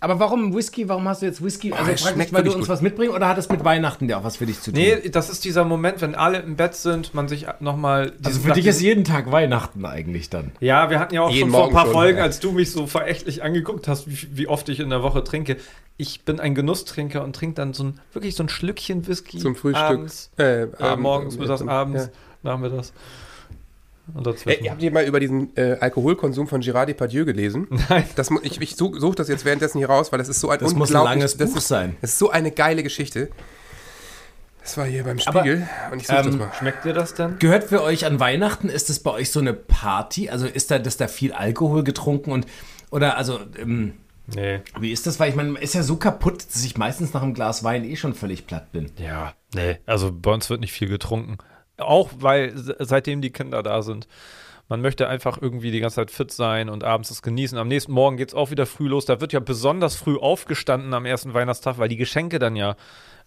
Aber warum Whisky? Warum hast du jetzt Whisky? Also
der
praktisch,
schmeckt
weil du
wirklich
uns
gut.
was mitbringst oder hat es mit Weihnachten dir auch was für dich zu tun?
Nee, das ist dieser Moment, wenn alle im Bett sind, man sich nochmal.
also für dich ist jeden Tag Weihnachten eigentlich dann.
Ja, wir hatten ja auch
Jeden
schon vor ein
Morgen
paar
schon,
Folgen,
ja.
als du mich so verächtlich angeguckt hast, wie, wie oft ich in der Woche trinke. Ich bin ein Genusstrinker und trinke dann so ein, wirklich so ein Schlückchen Whisky.
Zum Frühstück.
Abends,
Äh,
äh,
Abend,
morgens,
äh,
mittags,
zum-
abends,
ja.
nachmittags. Und dazwischen.
Ey, habt ihr mal über diesen äh, Alkoholkonsum von Gérard Depardieu gelesen? Nein. Das, mu- ich ich suche such das jetzt währenddessen hier raus, weil das ist so ein
Das muss ein
unglaublich-
langes
das
Buch
ist,
sein.
Das ist so eine geile Geschichte. Das war hier beim
Aber,
Spiegel und ich suche das
ähm,
mal.
Schmeckt dir das denn?
Gehört für euch an Weihnachten? Ist das bei euch so eine Party? Also ist da, dass da viel Alkohol getrunken und oder also ähm,
Nee.
wie ist das? Weil ich meine, man ist ja so kaputt, dass ich meistens nach einem Glas Wein eh schon völlig platt bin.
Ja, nee. Also bei uns wird nicht viel getrunken. Auch weil se- seitdem die Kinder da sind. Man möchte einfach irgendwie die ganze Zeit fit sein und abends es genießen. Am nächsten Morgen geht es auch wieder früh los. Da wird ja besonders früh aufgestanden am ersten Weihnachtstag, weil die Geschenke dann ja.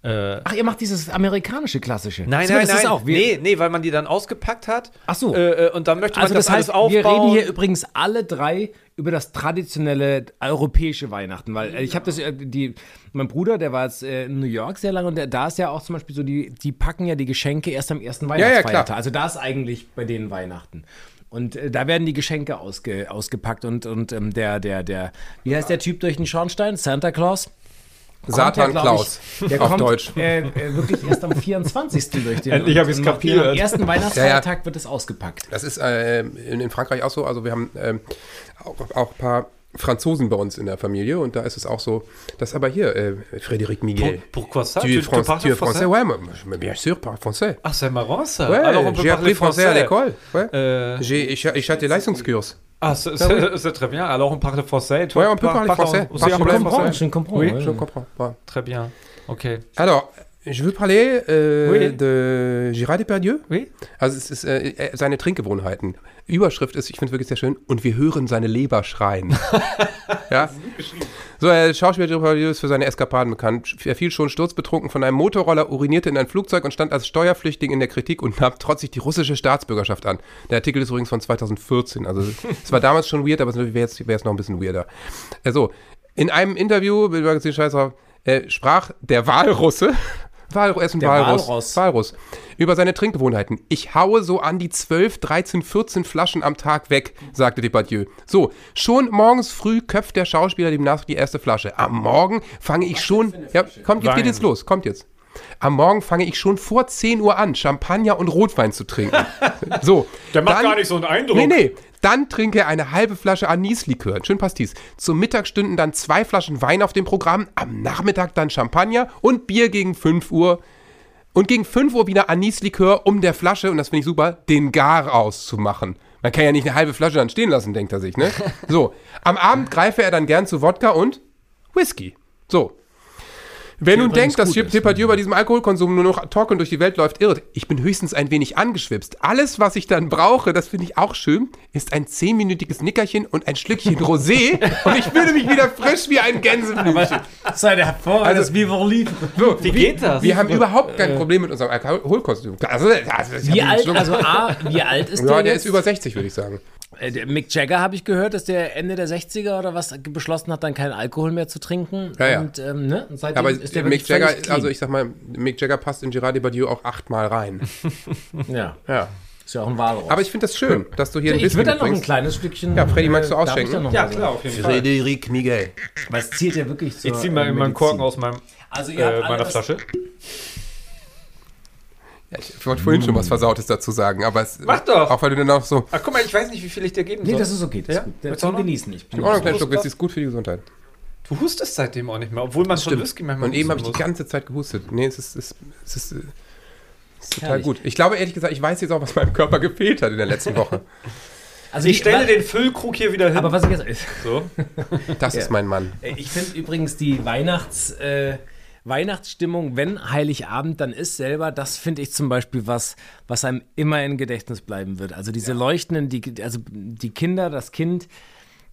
äh,
Ach, ihr macht dieses amerikanische klassische.
Nein,
So,
nein,
das Ist
nein.
auch, wir,
nee, nee, weil man die dann ausgepackt hat.
Ach so.
Äh, äh, und dann möchte man
Also das, heißt,
alles
wir
aufbauen.
reden hier übrigens alle drei über das traditionelle europäische Weihnachten, weil äh, ich habe das, äh, die, mein Bruder, der war jetzt äh, in New York sehr lange und der, da ist ja auch zum Beispiel so, die, die packen ja die Geschenke erst am ersten
ja,
Weihnachtsfeiertag.
klar.
also da ist eigentlich bei denen Weihnachten. Und äh, da werden die Geschenke ausge, ausgepackt und, und ähm, der, der, der, wie heißt der Typ durch den Schornstein? Santa Claus? Kommt
Satan
glaub
Klaus.
Ich, der
auf
kommt,
Deutsch.
Äh, äh, wirklich erst am 24. durch den.
Endlich hab ich's
und macht hier Am
kapiert.
ersten Weihnachtsfeiertag wird es ausgepackt.
Das ist äh, in, in Frankreich auch so. Also wir haben ähm, auch, auch ein paar Franzosen bei uns in der Familie und da ist es auch so, dass aber hier äh, Frédéric Miguel.
Pour- pourquoi ça?
Tu,
Tu-
es
tu
Fran-
parles
tu es
français?
français? Ouais, moi, mais bien sûr, par français.
Ach, c'est marrant, ça.
Ouais,
Alors, on peut
j'ai
parler
appris français, à
français.
l'école. Ouais.
Euh,
J'ai ich, ich hatte Leistungskurs.
ah, c'est
oui.
c'est- c'est très bien. Alors, on parle français. Toi,
Ouais, on peut
par-
parler
pardon,
français.
aussi
Parle
un peu
français.
français.
Je comprends,
Oui,
ouais.
Je comprends. Ouais.
Très bien. Ok.
Alors, Je veux parler äh,
Oui.
de Gérard Depardieu.
Oui?
Also es ist äh, äh, seine Trinkgewohnheiten. Überschrift ist, ich finde es wirklich sehr schön, und wir hören seine Leber schreien. ja. So, der Schauspieler Depardieu ist für seine Eskapaden bekannt. Er fiel schon sturzbetrunken von einem Motorroller, urinierte in ein Flugzeug und stand als Steuerflüchtling in der Kritik und nahm trotzig die russische Staatsbürgerschaft an. Der Artikel ist übrigens von 2014. Also es war damals schon weird, aber es wäre jetzt wär's noch ein bisschen weirder. Äh, so, in einem Interview, Bild Magazin Scheiß drauf, äh, sprach der Walrusse, Walru er ist ein
Der
Walrus,
Walross.
Walrus, über seine Trinkgewohnheiten. Ich haue so an die 12, 13, 14 Flaschen am Tag weg, sagte Depardieu. So, schon morgens früh köpft der Schauspieler demnach die erste Flasche. Am Morgen fange ich schon, ja, kommt, jetzt geht
Wein.
jetzt los, kommt jetzt. Am Morgen fange ich schon vor 10 Uhr an, Champagner und Rotwein zu trinken. So.
Der macht gar nicht so einen Eindruck.
Nee, nee. Dann trinke eine halbe Flasche Anislikör, schön Pastis. Zum Mittag stünden dann zwei Flaschen Wein auf dem Programm, am Nachmittag dann Champagner und Bier gegen 5 Uhr. Und gegen 5 Uhr wieder Anislikör, um der Flasche, und das finde ich super, den Gar auszumachen. Man kann ja nicht eine halbe Flasche dann stehen lassen, denkt er sich, ne? So. Am Abend greife er dann gern zu Wodka und Whisky. So. Wer nun
übrigens
denkt, dass
gut
Chip
ist.
Depardieu bei diesem Alkoholkonsum nur noch torkelnd durch die Welt läuft, irrt. Ich bin höchstens ein wenig angeschwipst. Alles, was ich dann brauche, das finde ich auch schön, ist ein zehnminütiges Nickerchen und ein Schlückchen Rosé und ich fühle mich wieder frisch wie ein Gänseblümchen.
Sei der Vorreiter
des
Viverlied.
So,
Wie geht das?
wir haben überhaupt kein Problem mit unserem Alkoholkonsum. Also, also, ich hab
Wie
einen
alt,
Schluck-
also A, wie alt ist
ja,
der?
der
jetzt?
ist über 60, würde ich sagen.
Äh, der Mick Jagger habe ich gehört, dass der Ende der 60er oder was beschlossen hat, dann keinen Alkohol mehr zu trinken.
Ja, ja.
Und, ähm, ne? Und seitdem
Aber
ist der
Mick
wirklich völlig
Jagger,
clean.
also ich sag mal, Mick Jagger passt in Gerard Depardieu auch achtmal rein.
ja,
Ja.
ist ja auch ein Walross.
Aber ich finde das schön, dass du hier ein
ich
bisschen
würde dann noch ein kleines Stückchen.
Ja, Freddy, magst du
äh, darf ich
ausschenken?
dann noch
Ja,
was?
klar, auf jeden Fall.
Frederik Miguel.
Weil es zielt ja wirklich zur,
Ich zieh mal
äh,
in meinen
Medizin.
Korken aus meinem,
Also ihr habt
äh,
alle
meiner
was-
Flasche.
Ja, ich wollte vorhin
Mm.
schon was Versautes dazu sagen, aber es,
Mach doch.
auch weil du dann auch so.
Ach, guck mal, ich weiß nicht, wie viel ich dir geben soll.
Nee, das ist okay. Das
Ja?
ist gut.
Willst du auch
Zum
noch?
Genießen. Ich bin
Auch noch ein kleiner
das
oh, Schluck,
ist
Whisky ist gut für die Gesundheit.
du hustest seitdem auch nicht mehr, obwohl man schon Whisky manchmal
Und eben habe ich
husten
die
muss.
ganze Zeit gehustet. Nee, es ist, es ist, es ist, äh, es ist total
Herrlich.
gut. Ich glaube, ehrlich gesagt, ich weiß jetzt auch, was meinem Körper gefehlt hat in der letzten Woche.
also
Ich stelle
den.
den Füllkrug hier wieder hin.
Aber was ich jetzt.
so.
Das ist mein Mann.
Äh, Ich finde übrigens die Weihnachts, äh, Weihnachtsstimmung, wenn Heiligabend dann ist, selber, das finde ich zum Beispiel was, was einem immer in Gedächtnis bleiben wird. Also diese leuchtenden, die, also die Kinder, das Kind,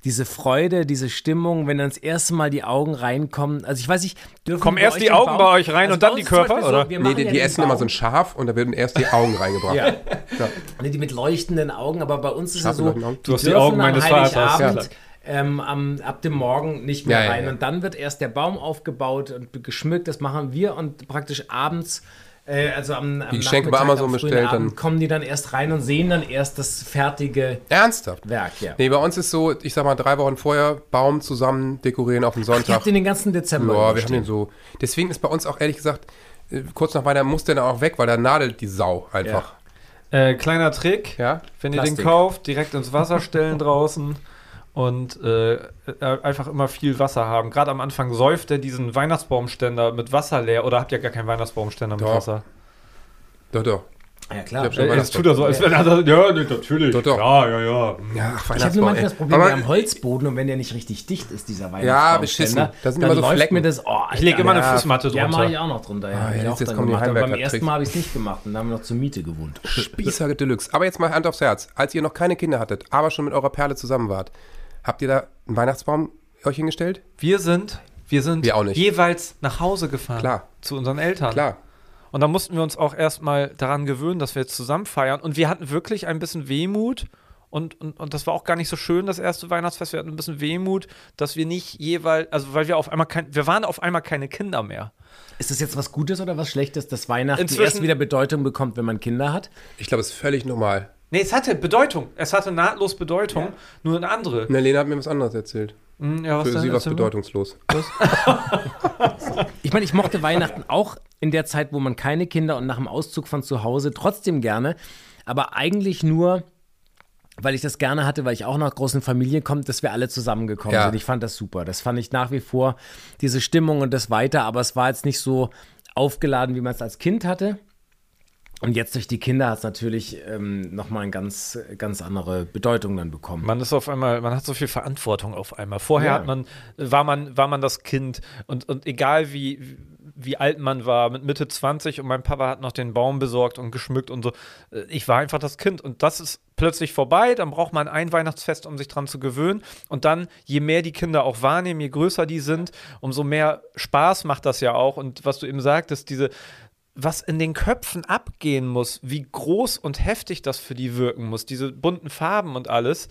diese Freude, diese Stimmung, wenn dann das erste Mal die Augen reinkommen. Also ich weiß nicht, dürfen
Kommen
bei
erst
euch
die
den
Augen
Baum- Also
bei euch rein und dann
bei uns
die
zum
Körper,
Beispiel
oder?
wir
Nee,
machen
die,
ja
die
den
essen immer so
Baum.
ein Schaf und da werden erst die Augen reingebracht.
Ja.
Ja.
Nee, die mit leuchtenden Augen, aber bei uns ist
Scharfe
es so,
leuchtende Augen.
Du hast die
dürfen
Augen
am
meines Vaters,
Heiligabend, Ähm, am, ab dem Morgen nicht mehr
Ja, ja,
rein.
ja.
Und dann wird erst der Baum aufgebaut und geschmückt. Das machen wir und praktisch abends, äh, also am, am
Die Geschenke bei
Nachmittag,
Amazon
am frühen
bestellt, dann-
Abend, kommen die dann erst rein und sehen dann erst das fertige
Ernsthaft?
Werk. Ja.
Nee, bei uns ist so, ich sag mal, drei Wochen vorher Baum zusammen dekorieren auf den
Ihr
Sonntag.
habt den den ganzen Dezember.
Boah, wir haben
überstehen.
den so. Deswegen ist bei uns auch ehrlich gesagt, äh, kurz nach Weihnachten muss der dann auch weg, weil da nadelt die Sau einfach.
Äh, kleiner Trick,
Ja.
wenn ihr
Plastik.
den kauft, direkt ins Wasser stellen draußen und äh, äh, einfach immer viel Wasser haben. Gerade am Anfang säuft er diesen Weihnachtsbaumständer mit Wasser leer oder habt ihr gar keinen Weihnachtsbaumständer mit
Doch.
Wasser?
Doch, doch.
ja,
Ich
klar.
hab
Äh,
schon
es tut er so, als wenn er das, ja, nee, natürlich.
Doch, doch.
Ja, ja, ja.
Ja, ach,
Ich habe
Weihnachtsbaum,
nur manchmal
ey.
das Problem, wir
Aber
haben Holzboden und wenn der nicht richtig dicht ist, dieser Weihnachtsbaum.
Ja, beschissen. Da sind immer so Flecken.
Mir das, oh,
Ich lege
Alter.
immer eine
Ja.
Fußmatte
Ja,
drunter.
mache ich auch noch drunter. Ja,
Ah,
Hab ich
jetzt-
auch
jetzt
dann
kommen die
gemacht. Aber beim
Heimwerker-Tricks.
ersten Mal habe ich es nicht gemacht und da haben wir noch zur Miete gewohnt.
Spießer Deluxe. Aber jetzt mal Hand aufs Herz. Als ihr noch keine Kinder hattet, aber schon mit eurer Perle zusammen wart, habt ihr da einen Weihnachtsbaum euch hingestellt?
Wir sind, wir sind
Wir auch nicht.
jeweils nach Hause gefahren.
Klar.
Zu unseren Eltern.
Klar.
Und da mussten wir uns auch erstmal daran gewöhnen, dass wir jetzt zusammen feiern. Und wir hatten wirklich ein bisschen Wehmut. Und, und, und das war auch gar nicht so schön, das erste Weihnachtsfest. Wir hatten ein bisschen Wehmut, dass wir nicht jeweils, also weil wir auf einmal kein, wir waren auf einmal keine Kinder mehr.
Ist das jetzt was Gutes oder was Schlechtes, dass Weihnachten
Inzwischen-
erst wieder Bedeutung bekommt, wenn man Kinder hat?
Ich glaube, es ist völlig normal.
Nee, es hatte Bedeutung. Es hatte nahtlos Bedeutung, nur eine andere.
Ne, Lena hat mir was anderes erzählt.
Hm, ja,
Für
denn?
sie war es
Erzähl mal.
bedeutungslos.
Ich meine, ich mochte Weihnachten auch in der Zeit, wo man keine Kinder und nach dem Auszug von zu Hause trotzdem gerne, aber eigentlich nur, weil ich das gerne hatte, weil ich auch nach großen Familie komme, dass wir alle zusammengekommen
Ja.
sind. Ich fand das super. Das fand ich nach wie vor diese Stimmung und das weiter, aber es war jetzt nicht so aufgeladen, wie man es als Kind hatte. Und jetzt durch die Kinder hat es natürlich ähm, nochmal eine ganz, ganz andere Bedeutung dann bekommen.
Man ist auf einmal, man hat so viel Verantwortung auf einmal. Vorher
Ja.
hat man, war man, war man das Kind und, und egal wie, wie alt man war, mit Mitte 20 und mein Papa hat noch den Baum besorgt und geschmückt und so. äh, Ich war einfach das Kind und das ist plötzlich vorbei, dann braucht man ein Weihnachtsfest, um sich dran zu gewöhnen und dann, je mehr die Kinder auch wahrnehmen, je größer die sind, umso mehr Spaß macht das ja auch und was du eben sagtest, diese was in den Köpfen abgehen muss, wie groß und heftig das für die wirken muss, diese bunten Farben und alles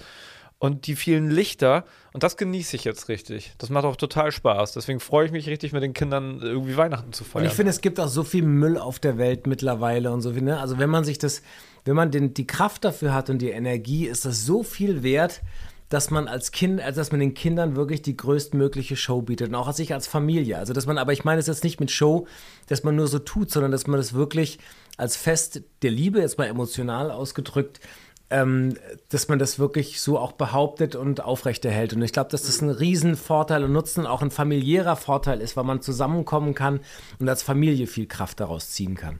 und die vielen Lichter. Und das genieße ich jetzt richtig. Das macht auch total Spaß. Deswegen freue ich mich richtig, mit den Kindern irgendwie Weihnachten zu feiern.
Und ich finde, es gibt auch so viel Müll auf der Welt mittlerweile und so viel. Ne? Also wenn man sich das, wenn man den, die Kraft dafür hat und die Energie, ist das so viel wert dass man als Kind, also dass man den Kindern wirklich die größtmögliche Show bietet und auch als ich als Familie. Also dass man, aber ich meine es jetzt nicht mit Show, dass man nur so tut, sondern dass man das wirklich als Fest der Liebe, jetzt mal emotional ausgedrückt, ähm, dass man das wirklich so auch behauptet und aufrechterhält. Und ich glaube, dass das ein Riesenvorteil und Nutzen, auch ein familiärer Vorteil ist, weil man zusammenkommen kann und als Familie viel Kraft daraus ziehen kann.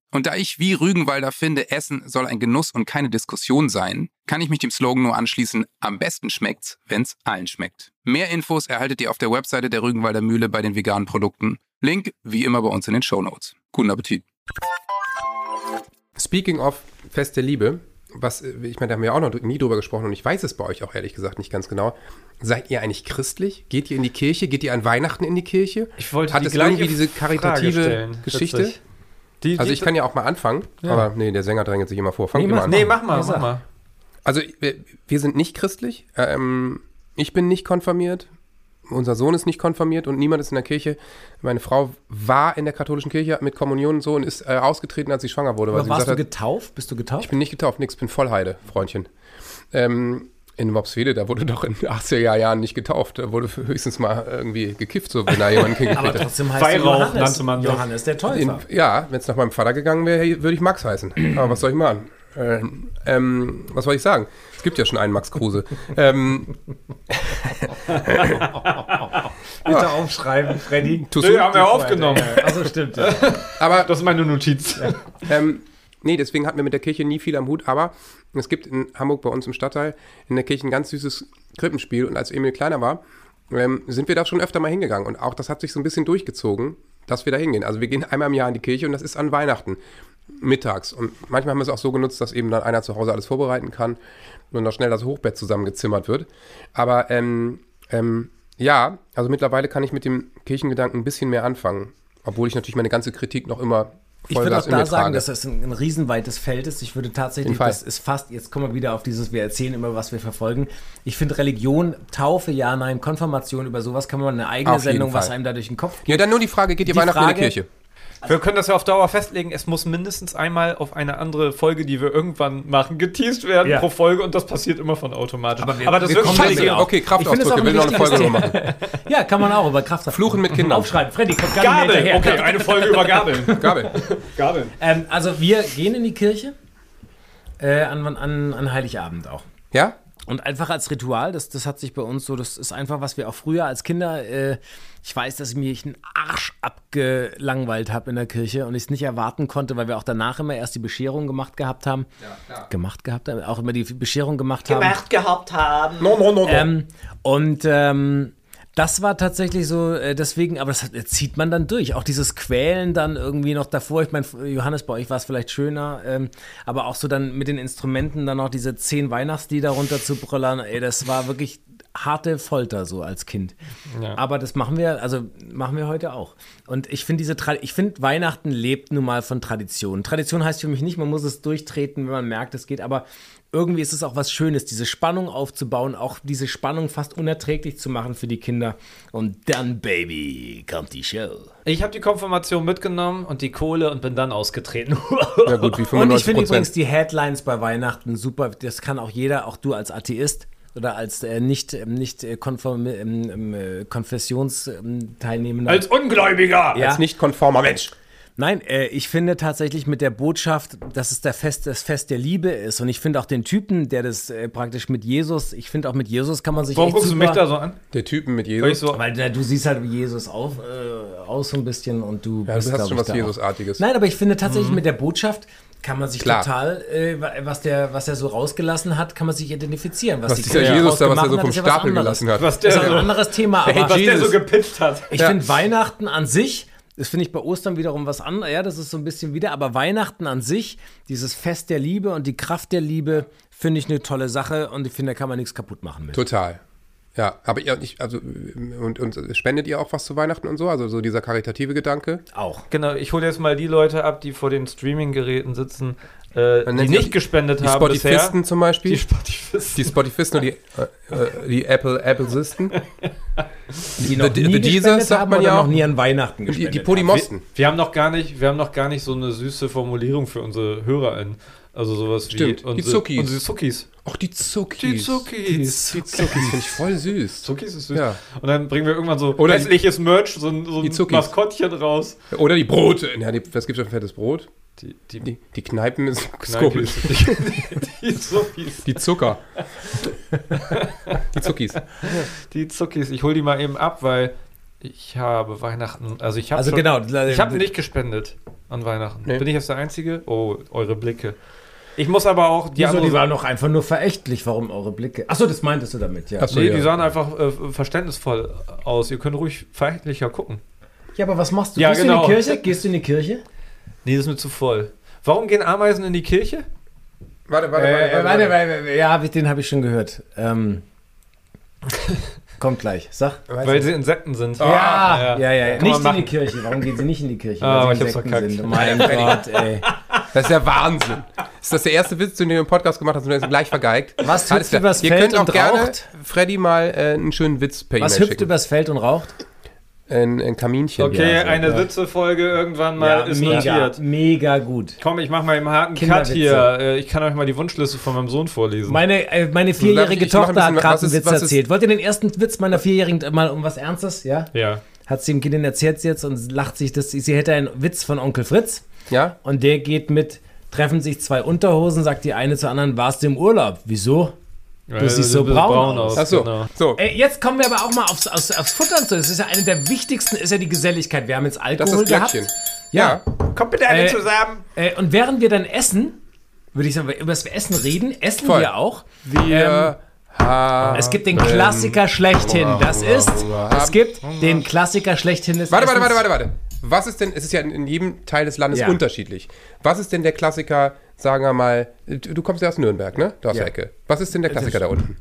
Und da ich wie Rügenwalder finde, Essen soll ein Genuss und keine Diskussion sein, kann ich mich dem Slogan nur anschließen, am besten schmeckt's, wenn's allen schmeckt. Mehr Infos erhaltet ihr auf der Webseite der Rügenwalder Mühle bei den veganen Produkten. Link wie immer bei uns in den Shownotes. Guten Appetit.
Speaking of Fest der Liebe, was, äh, ich meine, da haben wir auch noch nie drüber gesprochen und ich weiß es bei euch auch ehrlich gesagt nicht ganz genau. Seid ihr eigentlich christlich? Geht ihr in die Kirche? Geht ihr an Weihnachten in die Kirche?
Ich wollte
Hat
die
es
gleiche
irgendwie diese
Frage
karitative
stellen.
Geschichte?
Witzig. Die,
Also
die-
ich kann ja auch mal anfangen, aber nee, der Sänger drängt sich immer vor. Fangt
Nee,
ihr mal
mach-
an.
Nee, mach mal,
Ja,
mach
sag.
mal.
Also wir, wir sind nicht christlich. Ähm, ich bin nicht konfirmiert. Unser Sohn ist nicht konfirmiert und niemand ist in der Kirche. Meine Frau war in der katholischen Kirche mit Kommunion und so und ist äh, ausgetreten, als sie schwanger wurde. Weil
Aber
sie
warst du
gesagt hat,
getauft? Bist du
halt ich
getauft?
bin nicht getauft, nix, bin Vollheide, Freundchen. Ähm, in Mopswede, da wurde doch in den 80er Jahren nicht getauft. Da wurde höchstens mal irgendwie gekifft, so wenn da jemand
Aber
hingekriegt hat.
trotzdem heißt er
Weihrauch
Johannes,
nannte man das.
Johannes der
In,
Täufer.
ja, wenn es nach meinem Vater gegangen wäre, hey, würde ich Max heißen. Aber was soll ich machen? Ähm, ähm, was soll ich sagen? Es gibt ja schon einen Max Kruse. ähm,
Bitte aufschreiben, Freddy.
tust
Nee,
du?
haben wir aufgenommen.
Also stimmt. Ja.
Aber
Das ist meine Notiz.
ähm, nee, deswegen hatten wir mit der Kirche nie viel am Hut. Aber es gibt in Hamburg bei uns im Stadtteil in der Kirche ein ganz süßes Krippenspiel. Und als Emil kleiner war, ähm, sind wir da schon öfter mal hingegangen. Und auch das hat sich so ein bisschen durchgezogen, dass wir da hingehen. Also wir gehen einmal im Jahr in die Kirche und das ist an Weihnachten. Mittags. Und manchmal haben wir es auch so genutzt, dass eben dann einer zu Hause alles vorbereiten kann und noch schnell das Hochbett zusammengezimmert wird. Aber ähm, ähm, ja, also mittlerweile kann ich mit dem Kirchengedanken ein bisschen mehr anfangen. Obwohl ich natürlich meine ganze Kritik noch immer
Ich würde
Vollgas
auch
in mir
da sagen,
trage.
dass das ein, ein riesenweites Feld ist. Ich würde tatsächlich,
Jeden Fall.
das ist fast, jetzt kommen wir wieder auf dieses, wir erzählen immer, was wir verfolgen. Ich finde Religion, Taufe, ja, nein, Konfirmation, über sowas kann man eine eigene
Auf jeden
Sendung, was
Fall.
einem da durch den Kopf geht.
Ja, dann nur die Frage, geht ihr
Die
Weihnachten in die
Frage-
Kirche?
Also Wir können das ja auf Dauer festlegen. Es muss mindestens einmal auf eine andere Folge, die wir irgendwann machen, geteased werden
Ja.
pro Folge und das passiert immer von automatisch. Aber, das
wir
wird
kommen
scheiße.
jetzt wieder auf- Okay, Kraftausdrücke,
Ich finde es auch ein
will noch eine
wichtiges
Folge drüber
Ja, kann man auch, über Kraft.
Fluchen mit Kindern.
Aufschreiben, Freddy, kommt gar nicht mehr
Gabel. Okay,
hinterher.
eine Folge über Gabeln.
Gabel.
Gabeln.
Ähm, also wir gehen in die Kirche äh, an, an, an Heiligabend auch.
Ja?
Und einfach als Ritual, das, das hat sich bei uns so, das ist einfach, was wir auch früher als Kinder, äh, ich weiß, dass ich mich einen Arsch abgelangweilt habe in der Kirche und ich es nicht erwarten konnte, weil wir auch danach immer erst die Bescherung gemacht gehabt haben. Gemacht gehabt haben, auch immer die Bescherung gemacht haben.
No, no, no, no.
Ähm, und ähm, das war tatsächlich so, äh, deswegen, aber das hat, das zieht man dann durch. Auch dieses Quälen dann irgendwie noch davor. Ich meine, Johannes, bei euch war es vielleicht schöner, ähm, aber auch so dann mit den Instrumenten dann noch diese zehn Weihnachtslieder runterzubrullern, ey, das war wirklich
harte Folter so als Kind. Aber das machen wir, also machen wir heute auch. Und ich finde diese, Tra ich finde Weihnachten lebt nun mal von Tradition. Tradition heißt für mich nicht, man muss es durchtreten, wenn man merkt, es geht. Aber irgendwie ist es auch was Schönes, diese Spannung aufzubauen, auch diese Spannung fast unerträglich zu machen für die Kinder. Und dann, Baby, kommt die Show.
Ich habe die Konfirmation mitgenommen und die Kohle und bin dann ausgetreten.
Ja gut, wie 95
Und ich finde übrigens
Prozent.
die Headlines bei Weihnachten super. Das kann auch jeder, auch du als Atheist oder als äh, nicht, ähm, nicht äh, konform, ähm, ähm, äh, Konfessionsteilnehmender.
Also, Als Ungläubiger!
Ja.
Als nicht konformer Mensch.
Nein, äh, ich finde tatsächlich mit der Botschaft, dass es der Fest, das Fest der Liebe ist. Und ich finde auch den Typen, der das äh, praktisch mit Jesus, ich finde auch mit Jesus kann man sich
Warum
echt
guckst du
super,
mich da so an?
Der Typen mit
Weil ich
Jesus.
so,
Weil na, du siehst halt wie Jesus auf, äh, aus so ein bisschen und du
Ja, du hast
glaub
schon
ich,
was
da auch-
Jesusartiges. Mhm.
Nein, aber ich finde tatsächlich mit der Botschaft kann man sich
Klar.
total, äh, was der, was der so rausgelassen hat, kann man sich identifizieren. Was,
Was
die
dieser
Kirche
Jesus da, was
rausgemacht
er so
hat,
vom
ist ja was
Stapel
anderes.
gelassen hat.
was
Das ist
der,
ein anderes Thema, aber
Ey, was der
Jesus.
so gepitcht hat.
ich finde Weihnachten an sich, das finde ich bei Ostern wiederum was anderes, ja, das ist so ein bisschen wieder, aber Weihnachten an sich, dieses Fest der Liebe und die Kraft der Liebe, finde ich eine tolle Sache und ich finde, da kann man nichts kaputt machen mit.
Total. Ja, aber ihr nicht, also und, und spendet ihr auch was zu Weihnachten und so? Also so dieser karitative Gedanke?
Auch.
Genau, ich hole jetzt mal die Leute ab, die vor den Streaming-Geräten sitzen, äh, die
nennt
nicht
sie auch
gespendet
Die
haben bisher.
Spotifisten zum Beispiel?
Die
Die,
Spotifisten.
Spotifisten und die, äh, äh, die Apple Applesisten?
Die noch
The-
nie
The Deezers
gespendet
sagt
haben
man
oder
ja
noch
auch.
nie an Weihnachten
Die,
gespendet
die
haben.
Polymosten.
Wir haben noch gar nicht, wir haben noch gar nicht so eine süße Formulierung für unsere HörerInnen. Also sowas
Stimmt,
wie unsere,
die Zuckis.
unsere Zuckis.
Auch die Zuckis.
Die Zuckis. Die
Zuckis finde ich voll süß.
Zuckis ist süß.
Ja.
Und dann bringen wir irgendwann so
Oder die-
hässliches Merch, so ein, so
Die
ein
Zuckis.
Maskottchen raus.
Oder die Brote. Ja, die, was gibt es für ein fettes Brot?
Die, die,
Die, die Kneipen ist
Nein,
Skull.
die, die Zuckis.
Die Zucker. die Zuckis.
Die Zuckis. Ich hole die mal eben ab, weil ich habe Weihnachten. Also ich habe
Also
schon-
genau.
Ich habe nicht gespendet an Weihnachten.
Nee.
Bin ich jetzt der Einzige? Oh, eure Blicke. Ich muss aber auch die
Wieso,
anderen.
die
Die,
waren doch einfach nur verächtlich, warum eure Blicke. Achso, das meintest du damit, ja.
Ach so.
nee,
ja.
die sahen einfach äh, verständnisvoll aus. Ihr könnt ruhig verächtlicher gucken.
Ja, aber was machst du?
Ja,
Gehst
genau.
du in die Kirche? Gehst du in die Kirche?
Nee, das ist mir zu voll. Warum gehen Ameisen in die Kirche?
Warte, warte,
Äh, warte, warte, ja, hab ich- den habe ich schon gehört. Ähm, kommt gleich, sag.
Weil sie Insekten sind. Ah,
ja, ja, ja.
Kann man
Nicht in die
machen.
Kirche. Warum gehen sie nicht in die Kirche?
Ah, aber
sie
ich hab's
Insekten
verkackt.
sind. Mein Gott, ey.
Das ist ja Wahnsinn. Ist das der erste Witz, den du im Podcast gemacht hast und du hast ihn gleich vergeigt?
Was
Alles
hüpft
klar.
übers
Ihr
Feld
könnt auch
und
gerne
raucht?
Freddy mal äh, einen schönen Witz per
Was
E-Mail
hüpft
schicken.
übers Feld und raucht?
Ein, ein Kaminchen.
Okay,
Ja, so,
eine
ja.
Witzefolge irgendwann mal ist
mega,
notiert.
mega gut.
Komm, ich mach mal eben harten Cut
Kinderwitze.
hier. Äh, Ich kann euch mal die Wunschliste von meinem Sohn vorlesen.
Meine, äh, meine vierjährige
ich mach ein
Tochter hat
bisschen-
gerade
was
einen
ist-
Witz
was ist-
erzählt. Wollt ihr den ersten Witz meiner Vierjährigen mal um was Ernstes? Ja?
ja.
Hat sie dem Kind erzählt jetzt und lacht sich, dass sie, sie hätte einen Witz von Onkel Fritz.
Ja?
Und der geht mit, treffen sich zwei Unterhosen, sagt die eine zur anderen, warst du im Urlaub? Wieso?
Weil
siehst
sie
so
Äh, ein bisschen
braun aus.
Achso.
genau.
So.
Ey, jetzt kommen wir aber auch mal aufs, aufs, aufs Futtern zu. Das ist ja eine der wichtigsten, ist ja die Geselligkeit. Wir haben jetzt
Das ist
Alkohol
das Glöckchen.
gehabt.
Ja.
Kommt bitte alle
Äh,
zusammen.
Äh, und während wir dann essen, würde ich sagen, über das Essen reden, essen
Voll.
wir auch.
Wir haben.
Ähm, Es gibt den Klassiker schlechthin. Das ist, es gibt den Klassiker schlechthin. des
Warte, warte,
Essens.
warte, warte, warte. Was ist denn, es ist ja in- in jedem Teil des Landes
Ja.
unterschiedlich. Was ist denn der Klassiker, sagen wir mal, du du kommst ja aus Nürnberg, ne? Da aus
Ja. Äh,
der Ecke. Was ist denn der Klassiker da unten?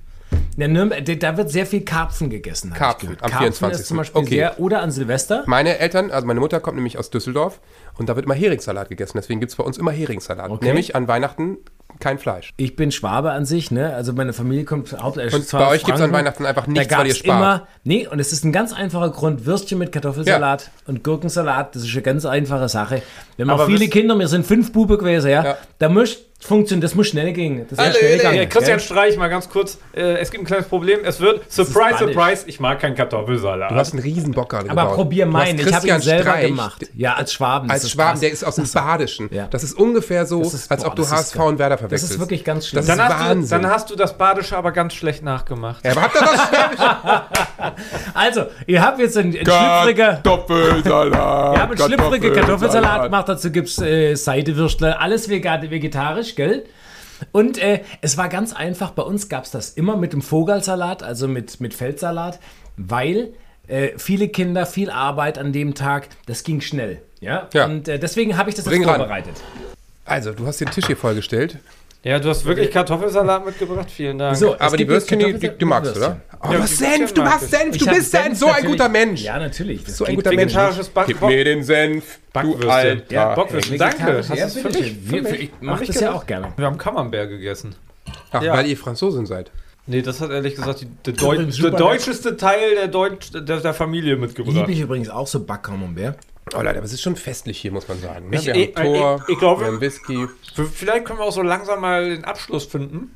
Na, Nürnberg, da- da wird sehr viel Karpfen gegessen. hab ich
Karpfen,
gehört.
am
Karpfen
24..
ist zum Beispiel
Okay.
sehr, oder an Silvester.
Meine Eltern, also meine Mutter kommt nämlich aus Düsseldorf und da wird immer Heringssalat gegessen. Deswegen gibt es bei uns immer Heringssalat. Nämlich an Weihnachten kein Fleisch.
Ich bin Schwabe an sich, ne? Also meine Familie kommt hauptsächlich
Und
zwar
bei
aus
euch gibt's an
Franken.
Weihnachten einfach
Da
nichts, weil
gab's
ihr spart.
Immer, nee, und es ist ein ganz einfacher Grund: Würstchen mit Kartoffelsalat und Gurkensalat. Das ist eine ganz einfache Sache. Wir haben auch
Aber
viele
wisst-
Kinder, wir sind fünf Bube gewesen, ja.
Ja.
Da muss funktionieren, das muss schnell gehen. Das wäre
Alle,
schnell
alle,
gegangen.
Ja, Äh, Christian
gell?
Streich, mal ganz kurz. Äh, es gibt ein kleines Problem. Es wird,
ist
surprise,
Spanisch.
surprise, ich mag keinen
Du
Kartoffelsalat.
hast einen riesen Bock gerade
Aber
gebaut.
probier
Du hast
meinen. Ich habe ihn
Christian
selber
Streich,
gemacht.
d-
Ja, als Schwaben. das
Als
ist
Schwaben,
krass.
der ist aus dem Badischen.
Ja.
Das ist ungefähr so,
Das ist-
als
boah,
ob du
das ist
HSV
geil.
und Werder
Das
verwechselst.
ist wirklich ganz schlimm.
Das
Dann
ist
hast, du,
Wahnsinn.
dann hast du das Badische aber ganz schlecht nachgemacht.
ja, aber habt ihr das Schwäbische?
also, ihr habt jetzt einen, einen schlüpfriger.
Kartoffelsalat.
Wir haben einen schlüpfrigen Kartoffelsalat gemacht, dazu gibt es äh, Seidewürstler, alles vegan, vegetarisch, gell? Und äh, es war ganz einfach, bei uns gab es das immer mit dem Vogelsalat, also mit, mit Feldsalat, weil äh, viele Kinder, viel Arbeit an dem Tag, das ging schnell. Ja,
Ja.
und äh, deswegen habe ich das
Bring
jetzt
ran.
vorbereitet.
Also, du hast den Tisch hier vollgestellt.
Ja, du hast wirklich Kartoffelsalat mitgebracht, vielen Dank.
So, es
Aber die
gibt jetzt
Würstchen, die, die,
Kartoffel-
du magst, oder?
Würstchen.
Oh,
Ja,
was
Würstchen
Senf, du
mag
machst
ich.
Senf, du
Ich hab
bist ein,
Senf
so ein
natürlich-
guter Mensch.
Ja, natürlich. Das
So ein
geht
guter
doch
Mensch.
Vegetarisches Back-
Gib mir den Senf, du
Backwürstchen.
alter
Ja,
Engel.
Bockwürstchen. Danke. Hast
Vegetarisch,
du
ja,
es für
natürlich.
mich?
Wir- für- ich mach
Hab
das
gedacht.
ja auch gerne.
Wir haben Camembert gegessen.
Ach,
Ja.
weil ihr Franzosen seid.
Nee, das hat ehrlich gesagt die, der, Deu
übrigens
der
super
deutscheste Teil der, Deutsch der, der Familie mitgebracht.
Liebe ich übrigens auch so Backcamembert.
Oh Leute, aber es ist schon festlich hier, muss man sagen. Ne?
Ich-
wir
ich-
haben Tor,
ich- ich glaube-
wir haben Whisky.
V- Vielleicht können wir auch so langsam mal den Abschluss finden.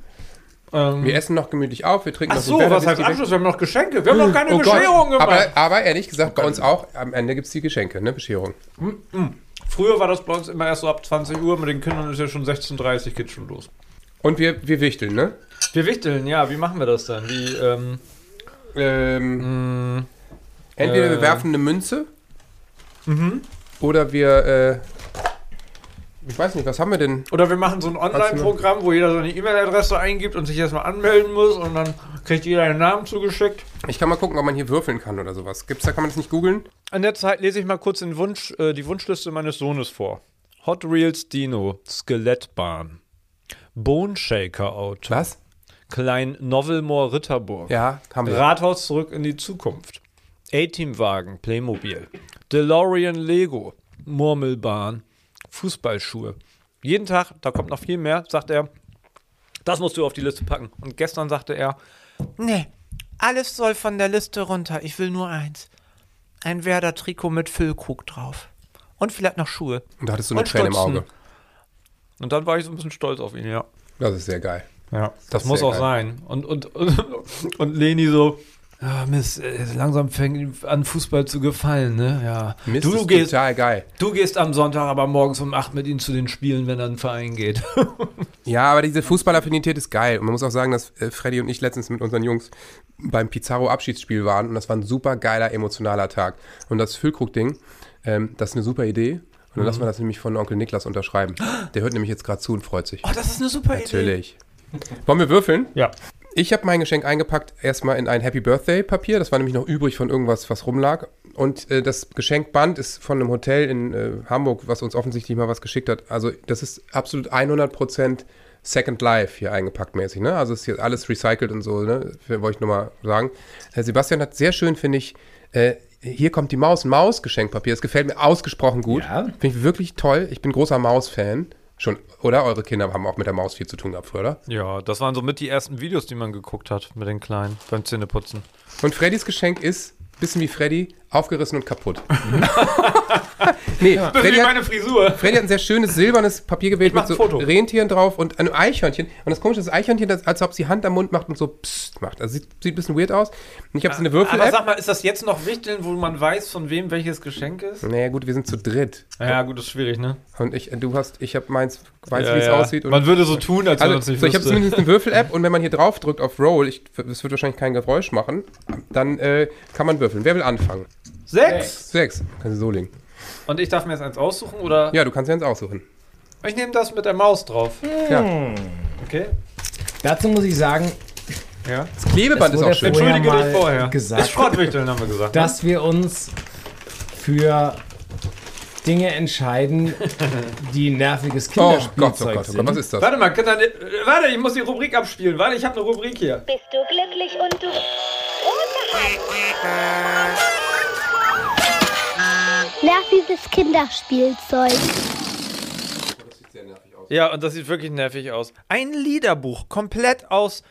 Also Ähm,
Wir essen noch gemütlich auf, wir trinken
ach
noch
so,
einen
was
Whisky
heißt
weg.
Abschluss? Wir haben noch Geschenke. Wir haben noch keine
Oh
Bescherung
Gott.
gemacht.
Aber, aber ehrlich gesagt, bei uns auch, am Ende gibt es die Geschenke, ne? Bescherung.
Früher war das bei uns immer erst so ab 20 Uhr. Mit den Kindern ist ja schon 16.30 Uhr, geht schon los.
Und wir, wir wichteln, ne?
Wir wichteln, ja. Wie machen wir das dann? Wie, ähm,
Ähm, entweder
Mm. äh, Mhm.
wir werfen eine Münze oder wir, äh, ich weiß nicht, was haben wir denn?
Oder wir machen so ein Online-Programm, wo jeder seine E-Mail-Adresse eingibt und sich erstmal anmelden muss und dann kriegt jeder einen Namen zugeschickt.
Ich kann mal gucken, ob man hier würfeln kann oder sowas. Gibt's da, kann man das nicht googeln?
In der Zeit lese ich mal kurz den Wunsch, äh, die Wunschliste meines Sohnes vor. Hot Reels Dino, Skelettbahn, Bone Shaker Out,
Was?
Klein Novelmoor Ritterburg,
Ja, haben wir.
Rathaus zurück in die Zukunft, A-Team-Wagen, Playmobil, DeLorean Lego, Murmelbahn, Fußballschuhe. Jeden Tag, da kommt noch viel mehr, sagt er, das musst du auf die Liste packen. Und gestern sagte er,
Nee, alles soll von der Liste runter. Ich will nur eins. Ein Werder-Trikot mit Füllkrug drauf. Und vielleicht noch Schuhe.
Und da hattest du eine
Und
Träne im
Stutzen.
Auge.
und dann war ich so ein bisschen stolz auf ihn, ja.
Das ist sehr geil.
Ja, das,
ist
muss
sehr
auch
geil.
sein. Und, und, und, und Leni so, ah, Mist, äh, langsam fängt ihm an Fußball zu gefallen, ne? Ja.
Mist,
du,
ist
du, gehst,
total geil.
du gehst am Sonntag aber morgens um 8 mit ihm zu den Spielen, wenn er in den Verein geht.
Ja, aber diese Fußballaffinität ist geil. Und man muss auch sagen, dass äh, Freddy und ich letztens mit unseren Jungs beim Pizarro-Abschiedsspiel waren. Und das war ein super geiler, emotionaler Tag. Und das Füllkrug-Ding, ähm, das ist eine super Idee. Und dann lassen wir das nämlich von Onkel Niklas unterschreiben. Der hört nämlich jetzt gerade zu und freut sich.
Oh, das ist eine super Idee.
Natürlich. Wollen wir würfeln?
Ja.
Ich habe mein Geschenk eingepackt, erstmal in ein Happy Birthday Papier. Das war nämlich noch übrig von irgendwas, was rumlag. Und äh, das Geschenkband ist von einem Hotel in äh, Hamburg, was uns offensichtlich mal was geschickt hat. Also, das ist absolut 100% Second Life hier eingepackt mäßig. Ne? Also, ist hier alles recycelt und so. Ne? Für- Wollte ich nur mal sagen. Äh, Sebastian hat sehr schön, finde ich, äh, hier kommt die Maus, Maus Geschenkpapier. Das gefällt mir ausgesprochen gut.
Ja.
Finde ich wirklich toll. Ich bin großer Maus-Fan. Schon, oder? Eure Kinder haben auch mit der Maus viel zu tun gehabt, früher, oder?
Ja, das waren so mit die ersten Videos, die man geguckt hat mit den Kleinen beim Zähneputzen.
Und Freddys Geschenk ist, bisschen wie Freddy, aufgerissen und kaputt. Mhm. nee, Freddy,
Wie
hat,
meine Frisur.
Freddy hat ein sehr schönes silbernes Papier gewählt
mach
mit so
ein Foto.
Rentieren drauf und einem Eichhörnchen. Und das komische ist, das Eichhörnchen, das, als ob sie Hand am Mund macht und so pssst macht. Also sieht, sieht ein bisschen weird aus. Und ich habe so eine
Ah, Aber sag
Würfel-App.
mal, ist das jetzt noch Wichteln, wo man weiß, von wem welches Geschenk ist?
Naja gut, wir sind zu dritt.
Ja, gut, ist schwierig, ne?
Und ich, du hast, ich habe meins, weiß
ja,
wie es
ja.
aussieht. Und
man würde so tun, als wenn man es
Also,
nicht
so, ich habe
wüsste.
zumindest eine Würfel-App und wenn man hier drauf drückt auf Roll, ich, das wird wahrscheinlich kein Geräusch machen, dann äh, kann man würfeln. Wer will anfangen?
Sechs!
Sechs. Kannst du so legen.
Und ich darf mir jetzt eins aussuchen, oder?
Ja, du kannst ja eins aussuchen.
Ich nehme das mit der Maus drauf.
Ja.
Okay.
Dazu muss ich sagen,
Ja.
Das Klebeband
Das
ist auch
wurde
schön.
vorher
Entschuldige dich
mal
vorher.
gesagt.
Ist Schrottwichteln, haben wir gesagt.
dass wir uns für Dinge entscheiden, die nerviges
Oh
Kinderspielzeug
Gott, oh Gott, oh
sind.
Gott, was ist das?
Warte mal, Kinder, ne- äh, warte, ich muss die Rubrik abspielen. Warte, ich habe eine Rubrik hier.
Bist du glücklich und du... Nerviges Kinderspielzeug.
Ja, und das sieht wirklich nervig aus. Ein Liederbuch, komplett aus